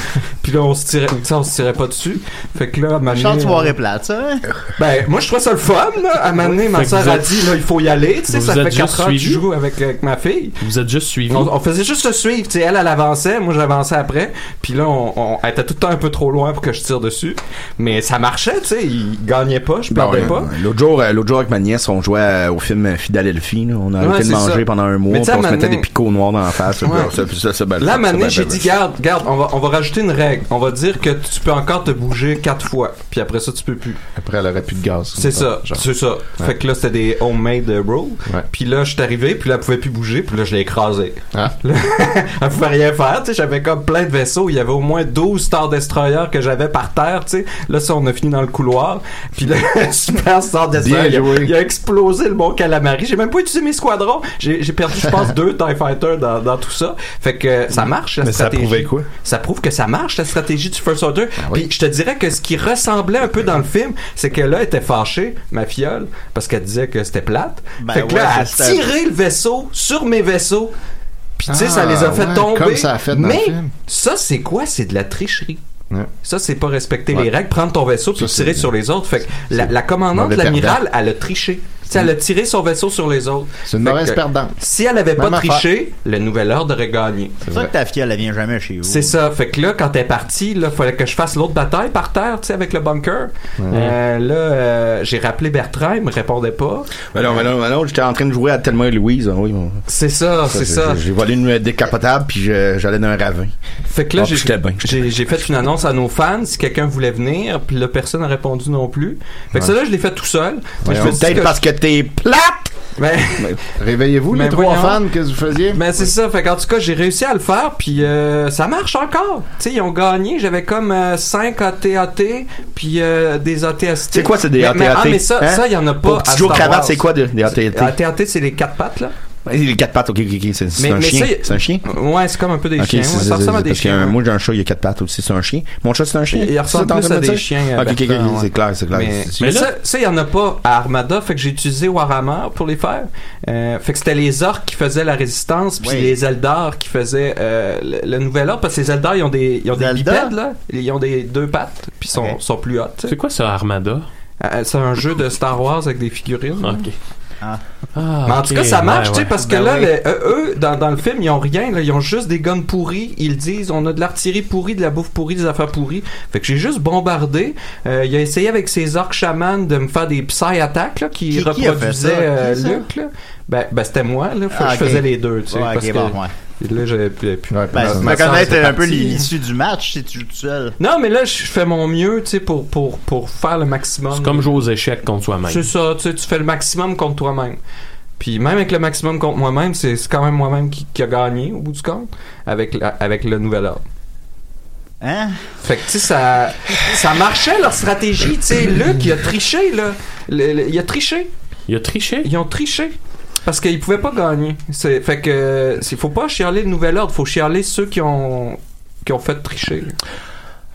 puis là, on se tirait, tu sais, on se tirait pas dessus. Fait que là, à un moment Chante donné, soirée euh, plate, ça, hein? Ben, moi, je trouvais ça le fun, là. À un moment donné, ma Fait que soeur vous a êtes- dit, là, il faut y aller. Tu sais, Vous ça êtes fait 4 juste heures que je suivi? joue avec, avec ma fille. Vous êtes juste suivi. On, on faisait juste se suivre, tu sais, elle, elle avançait, moi j'avançais après, puis là, on, on- elle était tout le temps un peu trop loin pour que je tire dessus, mais ça marchait, tu sais, il gagnait pas, je Bon, perdais euh, pas. L'autre jour, euh, l'autre jour avec ma nièce, on jouait euh, au film Philadelphie. là. On a Ouais, arrêté de c'est manger ça. pendant un mois, Mais tu puis sais, on se à mettait Manin- des picots noirs dans la face. là, Ouais. puis ça- ça- ça, ben, Là, à un ça, moment ben, donné, ben, j'ai ben, dit, garde, garde, on va, on va rajouter une règle. On va dire que tu peux encore te bouger quatre fois, puis après ça, tu peux plus. Après, elle aurait plus de gaz. C'est ça, Genre. c'est ça. Ouais. Fait que là, c'était des homemade euh, rules. Puis là, je suis arrivé, puis là, elle pouvait plus bouger, puis là, je l'ai écrasée. Là, elle pouvait rien faire, tu sais. J'avais comme plein de vaisseaux. Il y avait au moins 12 Star Destroyer que j'avais par terre, tu sais. Là, ça, on a fini dans le couloir. Puis là, Super Star Destroyer, il Bien a, joué. il a explosé le bon calamari. J'ai même pas utilisé mes squadrons. J'ai j'ai perdu, je pense, deux TIE Fighters dans, dans tout ça. Fait que euh, ça marche, la Mais ça stratégie. prouvait quoi? Ça prouve que ça marche, la stratégie du First Order. Puis je te dirais que ce qui ressemblait un peu dans le film, c'est que là, elle était fâchée, ma fiole, parce qu'elle disait que c'était plate. Ben fait que ouais, là, elle a Euh, c'est ça. tiré le vaisseau sur mes vaisseaux. Puis tu sais, ça Ah, les a fait ouais, tomber. comme ça a fait dans mais le film. ça, c'est quoi? C'est de la tricherie. Ça, c'est pas respecter les Ouais. règles, prendre ton vaisseau puis Ça, c'est- tirer sur les autres. Fait que la, la commandante, mauvais l'amiral, perdant. elle a triché. Tu sais, elle a tiré son vaisseau sur les autres. C'est une Fait mauvaise que, perdante. Si elle avait pas Même affaire. triché, le nouvel ordre aurait gagné. C'est ça que ta fille, elle vient jamais chez vous. C'est ça. Fait que là, quand t'es parti, là, fallait que je fasse l'autre bataille par terre, tu sais, avec le bunker. Euh, là, euh, j'ai rappelé Bertrand, il me répondait pas. Ben non, ben non, ben non, j'étais en train de jouer à Thelma et Louise. hein, oui, bon. C'est ça, c'est j'ai- ça. J'ai volé une euh, décapotable, puis je- j'allais dans un ravin. Fait que là, Ah, j'ai- puis j'étais bien. j'ai j'ai fait une annonce à nos fans si quelqu'un voulait venir, puis là, personne n'a répondu non plus. Fait que Ouais. ça, là, je l'ai fait tout seul. Mais je me Voyons. suis dit Peut-être parce que t'es plate! Mais... Réveillez-vous, les Mais trois voyons. fans, qu'est-ce que vous faisiez? Ben c'est ça, fait qu'en tout cas j'ai réussi à le faire puis euh, ça marche encore. Tu sais ils ont gagné, j'avais comme 5 AT-AT puis euh, des AT-ST. C'est quoi, c'est des Mais- AT-AT? Mais, ah, mais ça, hein? ça il y en a Pour pas. petit à jour Star cravate, Wars. c'est quoi de- des AT-AT? AT-AT c'est les quatre pattes là. Ouais, Les quatre pattes, ok, ok, ok, c'est- c'est Mais- un mais chien. ça, y- C'est un chien? Ouais, c'est comme un peu des Ok, chiens. ouais, c'est- ça ressemble à c'est- des parce que, chiens. euh, ouais. Moi, j'ai un chat, il a quatre pattes aussi. C'est un chien. Mon chat, c'est un chien. Il C'est ça, ressemble t'es en plus train à de me des dire? chiens. euh, Ok, ok, Bertrand, ok, ouais. c'est clair, c'est clair. Mais, C'est- mais c'est- ça, ça, il n'y en a pas à Armada, fait que j'ai utilisé Warhammer pour les faire. Euh, fait que c'était les orques qui faisaient la résistance, puis Oui. les Eldar qui faisaient euh, le, le nouvel ordre, parce que les Eldar, ils ont des, ils ont des Zelda? bipèdes, là. Ils ont des deux pattes, puis sont, sont plus hautes. Euh, C'est quoi ça, Armada? c'est un jeu de Star Wars avec des figurines. Ok. Ah. Ah, Mais en ok, tout cas, ça ouais, marche, tu sais, ouais. parce que Ben là, oui. le- euh, eux, dans, dans le film, ils ont rien, là, ils ont juste des guns pourris, ils disent, on a de l'artillerie pourrie, de la bouffe pourrie, des affaires pourries. Fait que j'ai juste bombardé. Euh, il a essayé avec ses orcs chamans de me faire des psy attaques là, qui, Qui- qui a fait reproduisaient ça? euh, Qui ça? Luke, là. Ben, ben, c'était moi, là. Fait Ah, que ok. je faisais les deux, tu sais. Ouais, ok, parce que- bon, ouais. Et Là, j'avais plus. plus- Ben, ma- tu ma dois sœur, connaître c'est un peu parti. l'issue du match si tu joues tout seul. Non, mais là, je fais mon mieux, tu sais, pour, pour, pour faire le maximum. C'est comme jouer aux échecs contre soi-même. C'est ça, tu, sais, tu fais le maximum contre toi-même. Puis même avec le maximum contre moi-même, c'est c'est quand même moi-même qui, qui a gagné au bout du compte avec, la- avec le nouvel ordre. Hein? Fait que tu sais, ça, ça marchait leur stratégie. Tu sais, Luc, il a triché, là. Le- le- il a triché. Il a triché? Ils ont triché. Parce qu'ils pouvaient pas gagner. C'est- Fait que euh, c'est- faut pas chialer le nouvel ordre, faut chialer ceux qui ont, qui ont fait tricher.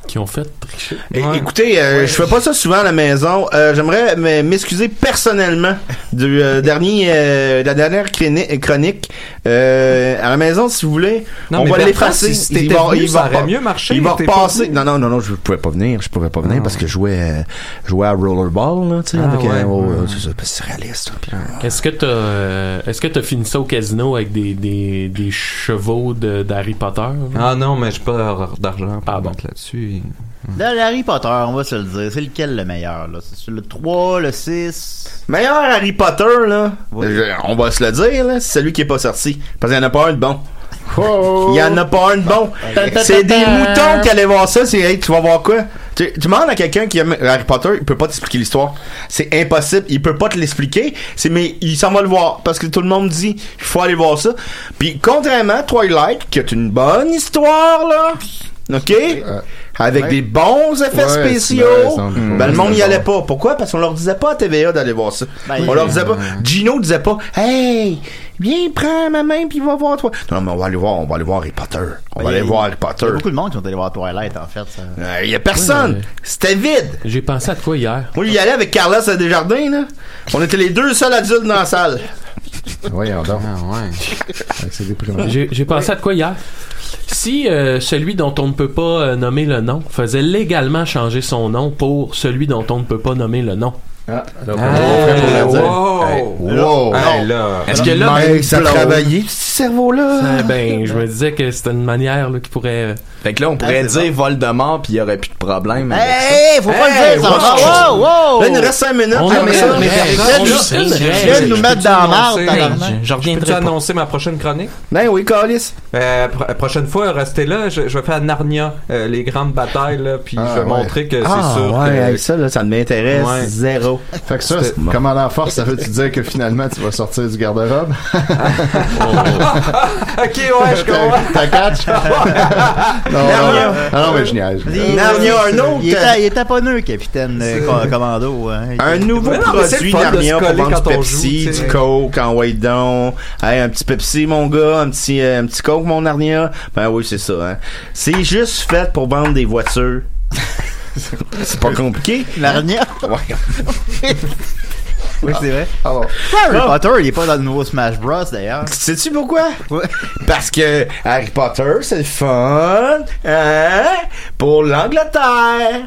Qui ont fait tricher. É- Écoutez, euh, je fais pas ça souvent à la maison. Euh, J'aimerais m- m'excuser personnellement du euh, dernier, euh, de la dernière chroni- chronique. Euh, à la maison, si vous voulez, Non, on mais va Bertrand, l'effacer. si t'étais venu, ça aurait mieux marché, Il va t'es pas repasser. venu. Non, non, non, non, je pouvais pas venir. Je pouvais pas venir parce que je jouais, euh, je jouais à rollerball, là, tu sais, Ah, avec, ouais. euh, oh, euh, c'est ça, parce que c'est réaliste. puis, euh, Est-ce que t'as euh, est-ce que t'as fini ça au casino avec des, des, des chevaux de- d'Harry Potter? Ah non, mais j'ai pas d'argent par contre là-dessus. Dans Harry Potter, on va se le dire, c'est lequel le meilleur, là? C'est le 3, le 6? Meilleur Harry Potter, là. Je- on va se le dire, là, c'est celui qui est pas sorti. Parce qu'il y en a pas un de bon. Il y en a pas un de bon. C'est des Euh, moutons qui allaient voir ça. C'est, hey, tu vas voir quoi? Tu, tu demandes à quelqu'un qui aime Harry Potter, il peut pas t'expliquer l'histoire. C'est impossible. Il peut pas te l'expliquer. C'est, mais il s'en va le voir. Parce que tout le monde dit, il faut aller voir ça. Puis, contrairement à Twilight, qui est une bonne histoire, là. OK? Avec ouais. des bons effets Ouais, hein, spéciaux. ouais, ça, on- Ben, le monde y on- allait pas. Pourquoi? Parce qu'on leur disait pas à TVA d'aller voir ça. Ben, on leur disait euh, pas. Gino disait pas, hey, viens, prends ma main puis va voir toi. Non, mais on va aller voir, on va aller voir Harry Potter. On Il va y a- aller voir Harry Il y Potter. a beaucoup de monde qui ont allé voir Twilight, en fait. ça. Euh, Il y a personne. Ouais. C'était vide. J'ai pensé à toi hier. Moi, j'y allais avec Carlos à Desjardins, là. On était les deux seuls adultes dans la salle. Voyons donc. C'est déprimant. J'ai j'ai pensé à de quoi hier? Si euh, celui dont on ne peut pas euh, nommer le nom faisait légalement changer son nom pour celui dont on ne peut pas nommer le nom. Ah, là, comment on fait pour le dire? Hey, wow. Hey, Non. là. Est-ce que là, Mike, ça Blond. travaillait, ce cerveau-là? Ah, ben, je me disais que c'était une manière là, qui pourrait. euh, Fait que là, on pourrait dire Voldemort, puis il y aurait plus de problème. avec ça. Hey, faut pas Hey, le dire, ça wow, va. wow, Là, il nous reste 5 minutes. On Ah, a- mais mais- ça, mais- hey, viens mais- de mais- nous- mais- viens mais- de nous mais- mettre dans la marde, mais- tabarnak. Je- Je reviendrai. pas. annoncer ma prochaine chronique? Ben oui, Calis. euh, prochaine fois, restez là. Je, je vais faire Narnia, euh, les grandes batailles, là, puis je vais ouais. montrer que Ah, c'est sûr. ouais, que- hey, ça, là, ça ne m'intéresse Ouais. zéro. Fait que ça, c'est- comme à la force, ça veut-tu dire que finalement tu vas sortir du garde-robe? ok, Ah, ouais, je comprends. T'as catch? non, non, non, non, non, mais je niaise. Euh, Narnia, un autre. Il était, il était pas nœud, capitaine euh, co- commando. hein. Il- Un nouveau Mais non, mais c'est le produit fun de se Narnia pour coller vendre quand du on joue, Pepsi, tu sais. du Coke, en Wait Down. Hey, un petit Pepsi, mon gars, un petit, euh, un petit Coke, mon Narnia. Ben oui, c'est ça. Hein. C'est juste fait pour vendre des voitures. c'est pas compliqué. Narnia? Ouais. Oui, c'est vrai. Ah, Harry Potter, il est pas dans le nouveau Smash Bros, d'ailleurs. Sais-tu pourquoi? Parce que Harry Potter, c'est le fun hein, pour l'Angleterre.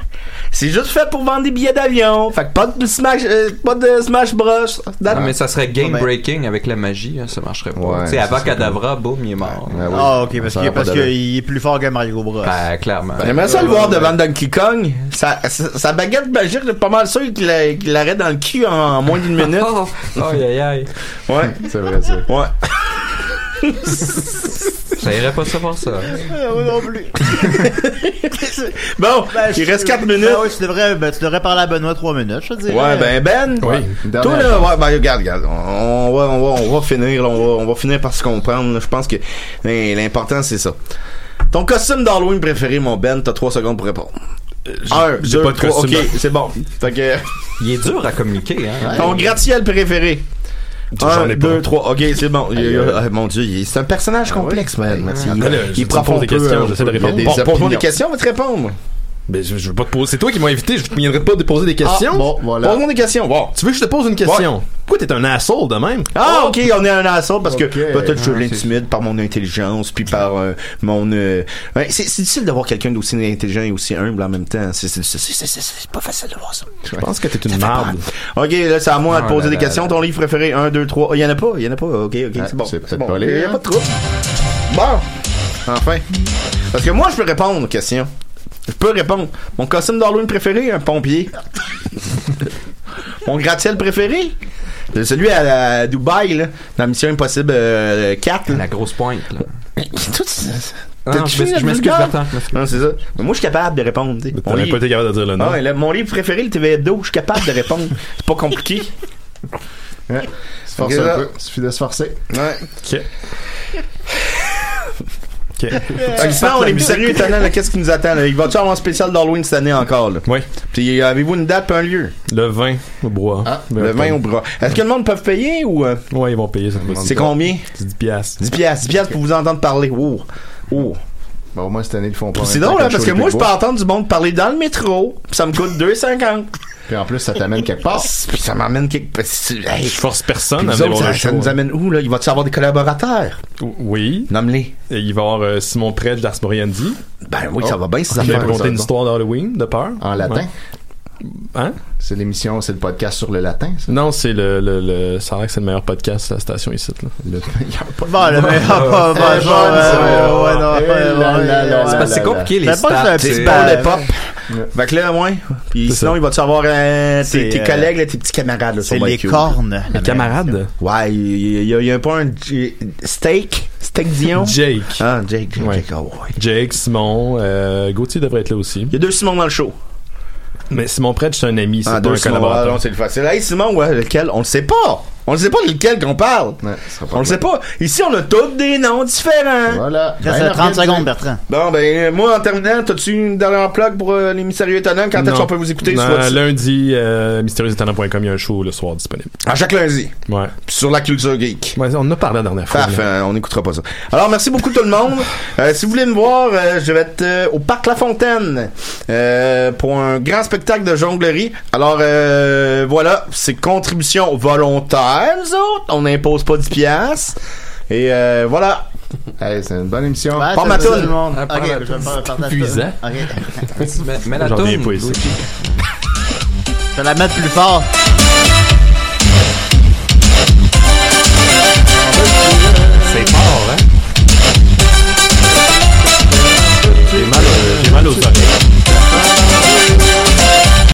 C'est juste fait pour vendre des billets d'avion. Fait que pas de Smash, euh, pas de Smash Bros. Ah, mais ça serait game Ouais. breaking avec la magie, hein, ça marcherait pas. ben. Ouais, tu sais, ça, avant c'est Cadavra, boum, il est mort. Ah, ok, parce qu'il parce qu'il est plus fort que Mario Bros. Ben, clairement. J'aimerais ça le voir devant Donkey Kong. Sa, sa- sa baguette magique, je suis pas mal sûr qu'il l'a- qu'il l'arrête dans le cul en moins d'une minute. Oh, Aïe, aïe, aïe. Ouais. C'est vrai, ça. Ouais. Ça irait pas savoir ça. Ah, moi non plus. bon, il reste 4 minutes. Ben, oui, tu, devrais, ben, tu devrais parler à Benoît 3 minutes, je te dirais. Ouais, ben Ben. Ouais. Toi là, ouais, ben regarde, regarde. On on va, on va, on va finir, là, on va, on va finir par se comprendre. là. Je pense que hein, l'important c'est ça. Ton costume d'Halloween préféré, mon Ben, t'as 3 secondes pour répondre. Un, j'ai deux, pas de trois, costume ok, d'Halloween. c'est bon. Fait que, Il est dur à communiquer, hein. ton gratte-ciel préféré. J'en ai 1, pas. 2, 3, ok, c'est bon. Il y a- il y a- ah, mon dieu, il- c'est un personnage Ah complexe, man. Merci. Attends, Ben, là, je te Il prend pose des questions, j'essaie de répondre. Bon, Pose-moi pose-moi des Ah, des questions, on va te répondre. Mais je, je veux pas te poser. C'est toi qui m'as invité. Je ne viendrai pas te poser des questions. Ah, bon, voilà. Pose-moi des questions. Bon. Tu veux que je te pose une question? Pourquoi t'es un asshole de même? Ah, ok, on est un assaut parce que Oh! Ok. peut-être je Ah, l'intimide par mon intelligence puis par euh, mon. euh, ouais, c'est c'est difficile d'avoir quelqu'un d'aussi intelligent et aussi humble en même temps. C'est- c'est- c'est- c'est- C'est c'est pas facile de voir ça. Je pense que t'es une marde. Ok, là c'est à moi de Ah, poser là, des là, questions. là. Ton livre préféré, 1, 2, 3. Il Oh, y en a pas, il y en a pas. Ok, ok, Ah, c'est bon. c'est c'est peut-être bon. pas Il les, y a hein. pas de trouble. Bon, enfin. Parce que moi je peux répondre aux questions. Je peux répondre. Mon costume d'Halloween préféré, un pompier. Mon gratte-ciel préféré? Euh, Celui à, à Dubaï, là, dans Mission Impossible euh, 4. La grosse pointe, là. Tout ça- Ah, T'as non, tué je m'ex- la je m'excuse, vulgaire? Bertrand, je m'excuse. Non, c'est ça. Mais moi, je suis capable de répondre. t'sais. Mon T'aurais livre- pas été capable de dire le nom. Ah ouais, là, mon livre préféré, le TV Hebdo, je suis capable de répondre. C'est pas compliqué. Ouais. Se force Ok, là. un peu. Suffit de se forcer. Ouais. Ok. ok. Fait Ah, que sinon, on est plus Euh, sérieux étonnant, là, qu'est-ce qui nous attend? Là? Il va-tu avoir un spécial d'Halloween cette année encore? Là? Oui. Puis euh, avez-vous une date et un lieu? Le Euh, vin au bois. Ah, le vin au bras. Est-ce que le monde peut payer ou. euh? Ouais, ils vont payer. ça. C'est combien? C'est 10 piastres. 10 piastres, 10 piastres pour vous entendre parler. Oh. Oh. Bon, au moins, cette année, ils font pas. C'est en même temps drôle, hein, le parce show que des moi, je peux Pays-Bas. entendre du monde parler dans le métro, pis ça me coûte 2,50. Puis en plus, ça t'amène quelque part. Puis ça m'amène quelque Hey. Je force personne Puis à vous venir autres, ça, voir le ça show, nous hein. amène où, là? Il va-tu avoir des collaborateurs? Oui. Nomme-les. Et il va y avoir euh, Simon Predge d'Arsmoriandi. Ben oui, ça va bien, ces Il va affaires. Oh. raconter une Ça, histoire d'Halloween, de peur. En latin. Hein? C'est l'émission, c'est le podcast sur le latin, ça. Non, c'est le, le, le- Ça a l'air que c'est le meilleur podcast de la station ici. Là. Le... Bon, le meilleur. Bon, bon, bon, Eh, bon, ouais, ça. ouais, ouais, non, Eh ouais, ouais, là là ouais, là ouais. là C'est parce que c'est là là. compliqué, les Mais pas que stats. c'est euh, un petit tu sais. bal. Pop. Fait que là, ouais. Puis C'est sinon, ça. il va-tu avoir euh, tes, C'est, tes euh, collègues, là, tes petits camarades, là, c'est sont bien les cute. cornes, Ah, Les la camarades? Ouais, il y, a- il y a pas un J- steak? Steak Dion? Jake. Ah, Jake. Jake, Jake, Simon, euh, Gauthier devrait être là aussi. Il y a deux Simon dans le show. Mais Simon Predge, c'est un ami, c'est Ah, pas deux un Simon, ah, collaborateur. non, c'est le facile. Hey, Simon, ouais, lequel? On le sait pas. On ne sait pas de lequel qu'on parle. on le sait pas. Ici, on a tous des noms différents. Voilà. Ben, Ben, Reste 30 secondes, Bertrand. Bon, ben, euh, moi, en terminant, t'as-tu une dernière plug pour euh, les mystérieux étonnants? Quand est-ce Non. qu'on peut vous écouter? Non, Soit- lundi, euh, mystérieuxétonnant.com, il y a un show le soir disponible. À chaque lundi. Ouais. Sur la culture geek. Ouais, on en a parlé la dernière fois. Parfait, euh, on n'écoutera pas ça. Alors, merci beaucoup tout le monde. Euh, si vous voulez me voir, euh, je vais être euh, au Parc La Fontaine euh, pour un grand spectacle de jonglerie. Alors, euh, voilà, c'est contribution volontaire, nous autres. On n'impose pas 10 piastres. Et euh, voilà. c'est une bonne émission. Ouais, pas c'est ma ça, toune. tout le monde. Ok, je vais faire- faire ta toune. Épuisant. Ok. Mais la J'en reviens toune, pas ici. Gauthier. Je vais la mettre plus fort. C'est fort, hein? J'ai mal, euh, j'ai mal aux oreilles.